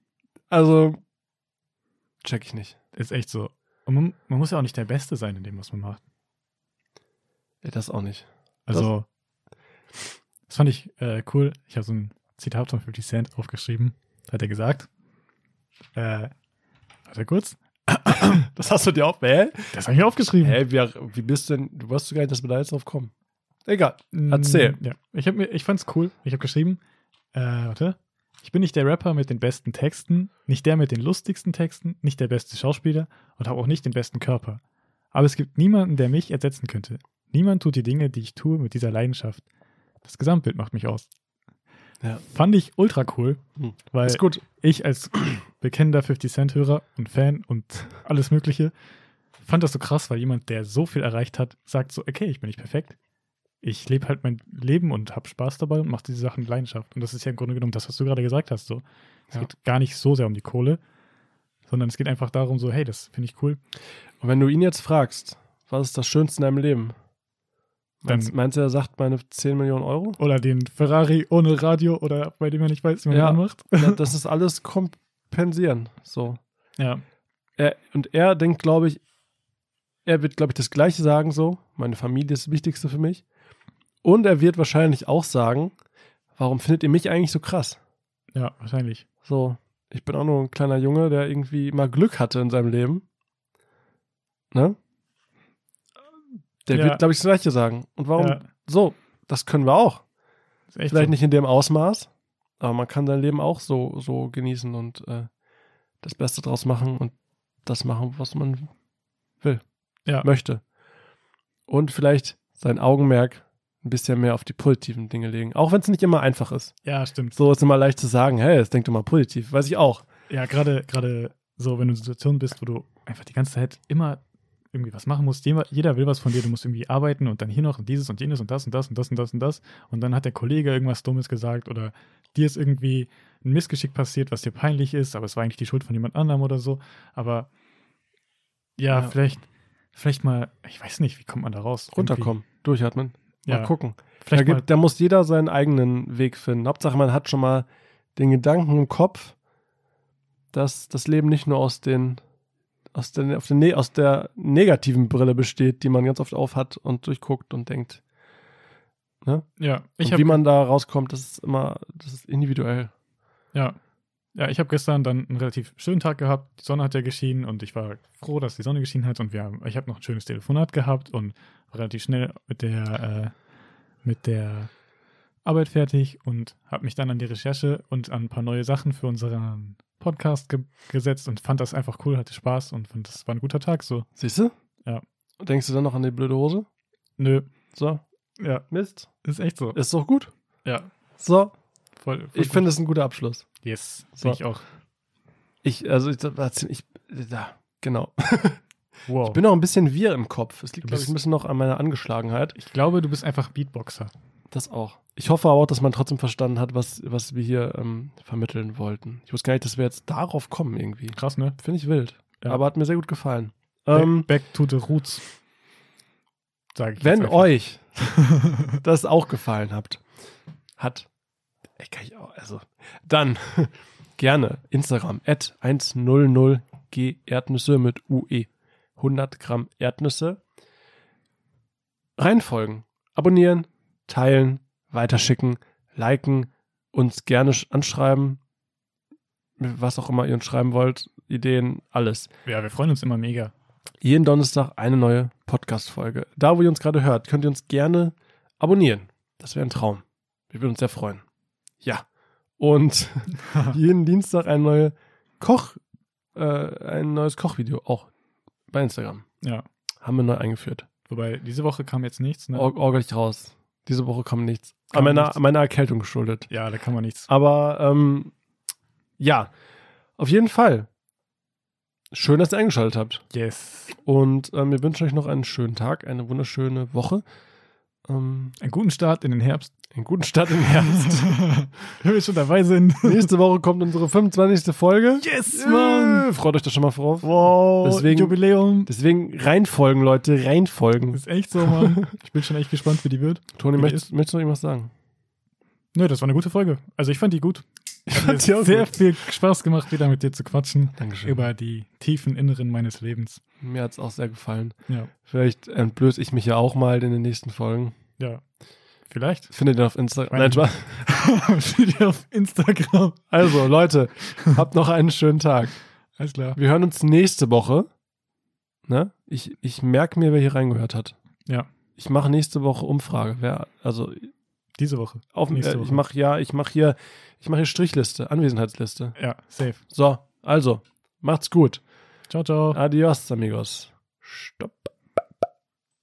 [SPEAKER 2] also, check ich nicht.
[SPEAKER 1] Ist echt so. Und man, man muss ja auch nicht der Beste sein in dem, was man macht.
[SPEAKER 2] Ey, Das auch nicht.
[SPEAKER 1] Also, das, fand ich äh, cool. Ich habe so ein Zitat von 50 Cent aufgeschrieben. Hat er gesagt. Äh, warte kurz.
[SPEAKER 2] Das hast du dir auch, hä?
[SPEAKER 1] Das habe ich aufgeschrieben.
[SPEAKER 2] Hä, wie, wie bist du denn? Du weißt gar nicht, dass wir da jetzt drauf kommen. Egal.
[SPEAKER 1] Mm,
[SPEAKER 2] erzähl.
[SPEAKER 1] Ja. Ich, hab mir, ich fand's cool. Ich habe geschrieben, äh, warte. Ich bin nicht der Rapper mit den besten Texten, nicht der mit den lustigsten Texten, nicht der beste Schauspieler und habe auch nicht den besten Körper. Aber es gibt niemanden, der mich ersetzen könnte. Niemand tut die Dinge, die ich tue, mit dieser Leidenschaft. Das Gesamtbild macht mich aus.
[SPEAKER 2] Ja.
[SPEAKER 1] Fand ich ultra cool,
[SPEAKER 2] Hm.
[SPEAKER 1] weil
[SPEAKER 2] Ist gut.
[SPEAKER 1] ich als *clears throat* bekennender 50 Cent Hörer und Fan und alles Mögliche fand das so krass, weil jemand, der so viel erreicht hat, sagt so, okay, ich bin nicht perfekt. Ich lebe halt mein Leben und habe Spaß dabei und mache diese Sachen mit Leidenschaft. Und das ist ja im Grunde genommen das, was du gerade gesagt hast. So. Es
[SPEAKER 2] Ja.
[SPEAKER 1] geht gar nicht so sehr um die Kohle, sondern es geht einfach darum, so, hey, das finde ich cool.
[SPEAKER 2] Und wenn du ihn jetzt fragst, was ist das Schönste in deinem Leben?
[SPEAKER 1] Dann-
[SPEAKER 2] Meinst, meinst du, er sagt meine 10 Millionen *laughs* Euro?
[SPEAKER 1] Oder den Ferrari ohne Radio oder bei dem er nicht weiß, wie man
[SPEAKER 2] Ja.
[SPEAKER 1] ja. macht.
[SPEAKER 2] Ja, das ist alles kompensieren. So.
[SPEAKER 1] Ja,
[SPEAKER 2] Er, und er denkt, glaube ich, er wird, glaube ich, das Gleiche sagen, so. Meine Familie ist das Wichtigste für mich. Und er wird wahrscheinlich auch sagen, warum findet ihr mich eigentlich so krass?
[SPEAKER 1] ja, wahrscheinlich.
[SPEAKER 2] So, ich bin auch nur ein kleiner Junge, der irgendwie mal Glück hatte in seinem Leben. Ne? Der
[SPEAKER 1] Ja.
[SPEAKER 2] wird, glaube ich, das Gleiche sagen. Und warum?
[SPEAKER 1] Ja,
[SPEAKER 2] So, das können wir auch.
[SPEAKER 1] ist echt
[SPEAKER 2] Vielleicht
[SPEAKER 1] so.
[SPEAKER 2] nicht in dem Ausmaß, Aber man kann sein Leben auch so, so genießen und äh, das Beste draus machen und das machen, was man will,
[SPEAKER 1] Ja.
[SPEAKER 2] möchte. Und vielleicht sein Augenmerk ein bisschen mehr auf die positiven Dinge legen. Auch wenn es nicht immer einfach ist.
[SPEAKER 1] Ja, stimmt.
[SPEAKER 2] So ist immer leicht zu sagen, hey, jetzt denk doch mal positiv. Weiß ich auch.
[SPEAKER 1] Ja, gerade gerade so, wenn du in Situationen bist, wo du einfach die ganze Zeit immer irgendwie was machen musst. Jeder, jeder will was von dir. Du musst irgendwie arbeiten und dann hier noch und dieses und jenes und das und das und das und das und das. Und dann hat der Kollege irgendwas Dummes gesagt oder dir ist irgendwie ein Missgeschick passiert, was dir peinlich ist, aber es war eigentlich die Schuld von jemand anderem oder so. Aber ja,
[SPEAKER 2] Ja.
[SPEAKER 1] vielleicht vielleicht mal, ich weiß nicht, wie kommt man da raus? Irgendwie-
[SPEAKER 2] Runterkommen, durchatmen, mal
[SPEAKER 1] Ja,
[SPEAKER 2] gucken. Da,
[SPEAKER 1] Vielleicht mal,
[SPEAKER 2] gibt, da muss jeder seinen eigenen Weg finden. Hauptsache, man hat schon mal den Gedanken im Kopf, dass das Leben nicht nur aus den aus, den, auf den, ne- aus der negativen Brille besteht, die man ganz oft aufhat und durchguckt und denkt.
[SPEAKER 1] ja, ich
[SPEAKER 2] und
[SPEAKER 1] habe
[SPEAKER 2] wie man da rauskommt, das ist immer, das ist individuell.
[SPEAKER 1] Ja. Ja, ich habe gestern dann einen relativ schönen Tag gehabt. Die Sonne hat ja geschienen und ich war froh, dass die Sonne geschienen hat. Und wir haben, ich habe noch ein schönes Telefonat gehabt und war relativ schnell mit der, äh, mit der Arbeit fertig und habe mich dann an die Recherche und an ein paar neue Sachen für unseren Podcast ge gesetzt und fand das einfach cool, hatte Spaß und fand, das war ein guter Tag. So,
[SPEAKER 2] Siehst du?
[SPEAKER 1] Ja.
[SPEAKER 2] Denkst du dann noch an die blöde Hose?
[SPEAKER 1] nö,
[SPEAKER 2] So,
[SPEAKER 1] ja,
[SPEAKER 2] Mist.
[SPEAKER 1] ist echt so.
[SPEAKER 2] Ist doch gut.
[SPEAKER 1] Ja,
[SPEAKER 2] So,
[SPEAKER 1] voll. voll
[SPEAKER 2] ich
[SPEAKER 1] gut.
[SPEAKER 2] finde, es ein guter Abschluss.
[SPEAKER 1] yes,
[SPEAKER 2] So.
[SPEAKER 1] so. ich auch.
[SPEAKER 2] Ich, also ich, ich da, genau.
[SPEAKER 1] Wow.
[SPEAKER 2] Ich bin noch ein bisschen wir im Kopf. Es liegt,
[SPEAKER 1] Du
[SPEAKER 2] glaube ich,
[SPEAKER 1] bist-
[SPEAKER 2] ein bisschen noch an meiner Angeschlagenheit.
[SPEAKER 1] ich glaube, du bist einfach Beatboxer.
[SPEAKER 2] Das auch. Ich hoffe aber auch, dass man trotzdem verstanden hat, was, was wir hier ähm, vermitteln wollten. Ich wusste gar nicht, dass wir jetzt darauf kommen irgendwie.
[SPEAKER 1] Krass, ne?
[SPEAKER 2] Finde ich wild.
[SPEAKER 1] Ja.
[SPEAKER 2] Aber hat mir sehr gut gefallen.
[SPEAKER 1] Back-
[SPEAKER 2] Ähm,
[SPEAKER 1] back to the roots. Sag ich jetzt
[SPEAKER 2] wenn
[SPEAKER 1] einfach.
[SPEAKER 2] euch *laughs* das auch gefallen habt, hat, ey, kann ich auch, also, dann *laughs* gerne Instagram at 100g Erdnüsse mit UE. 100 Gramm Erdnüsse. Reinfolgen, abonnieren, teilen, weiterschicken, liken, uns gerne sch- anschreiben, was auch immer ihr uns schreiben wollt, Ideen, alles.
[SPEAKER 1] Ja, wir freuen uns immer mega.
[SPEAKER 2] Jeden Donnerstag eine neue Podcast-Folge. Da, wo ihr uns gerade hört, könnt ihr uns gerne abonnieren. Das wäre ein Traum. Wir würden uns sehr freuen. Ja.
[SPEAKER 1] *laughs*
[SPEAKER 2] Und jeden Dienstag ein, neue Koch, äh, ein neues Kochvideo, auch bei Instagram.
[SPEAKER 1] ja.
[SPEAKER 2] Haben wir neu eingeführt.
[SPEAKER 1] Wobei, diese Woche kam jetzt nichts, ne?
[SPEAKER 2] Or Orgel ich raus. Diese Woche kam nichts.
[SPEAKER 1] Kam
[SPEAKER 2] an meiner,
[SPEAKER 1] nichts.
[SPEAKER 2] meiner Erkältung geschuldet.
[SPEAKER 1] Ja, da kann man nichts.
[SPEAKER 2] Aber ähm, ja, auf jeden Fall. Schön, dass ihr eingeschaltet habt.
[SPEAKER 1] Yes.
[SPEAKER 2] Und ähm, wir wünschen euch noch einen schönen Tag, eine wunderschöne Woche. Ähm,
[SPEAKER 1] Einen guten Start in den Herbst.
[SPEAKER 2] einen guten Start im *laughs*
[SPEAKER 1] *laughs*
[SPEAKER 2] Herbst.
[SPEAKER 1] Wenn wir schon dabei sind.
[SPEAKER 2] Nächste Woche kommt unsere 25. Folge.
[SPEAKER 1] Yes,
[SPEAKER 2] Äh, Freut euch da schon mal drauf.
[SPEAKER 1] Wow,
[SPEAKER 2] Deswegen-
[SPEAKER 1] Jubiläum.
[SPEAKER 2] Deswegen reinfolgen, Leute, reinfolgen.
[SPEAKER 1] ist echt so,
[SPEAKER 2] *laughs*
[SPEAKER 1] Mann. Ich bin schon echt gespannt, wie die wird.
[SPEAKER 2] Toni,
[SPEAKER 1] Wie
[SPEAKER 2] möchtest, möchtest du noch irgendwas sagen?
[SPEAKER 1] Nö, das war eine gute Folge. Also ich fand die gut.
[SPEAKER 2] Ich
[SPEAKER 1] Hat mir sehr viel Spaß gemacht, wieder mit dir zu quatschen.
[SPEAKER 2] Dankeschön.
[SPEAKER 1] Über die tiefen Inneren meines Lebens.
[SPEAKER 2] Mir hat es auch sehr gefallen.
[SPEAKER 1] Ja.
[SPEAKER 2] Vielleicht entblöße ich mich ja auch mal in den nächsten Folgen.
[SPEAKER 1] Ja.
[SPEAKER 2] *laughs*
[SPEAKER 1] Vielleicht.
[SPEAKER 2] Findet ihr auf Instagram.
[SPEAKER 1] Nein.
[SPEAKER 2] Nein, Spaß.
[SPEAKER 1] Steht ihr auf Instagram. *laughs*
[SPEAKER 2] also, Leute, habt noch einen schönen Tag.
[SPEAKER 1] Alles klar.
[SPEAKER 2] Wir hören uns nächste Woche. Ne? Ich, ich merke mir, wer hier reingehört hat.
[SPEAKER 1] Ja.
[SPEAKER 2] Ich mache nächste Woche Umfrage. Wer, also
[SPEAKER 1] Diese Woche.
[SPEAKER 2] auf, äh,
[SPEAKER 1] Nächste Woche.
[SPEAKER 2] ich mache ja, ich mache hier, ich mache hier Strichliste, Anwesenheitsliste.
[SPEAKER 1] Ja, safe.
[SPEAKER 2] So, also macht's gut.
[SPEAKER 1] Ciao, ciao.
[SPEAKER 2] Adios, amigos. Stopp.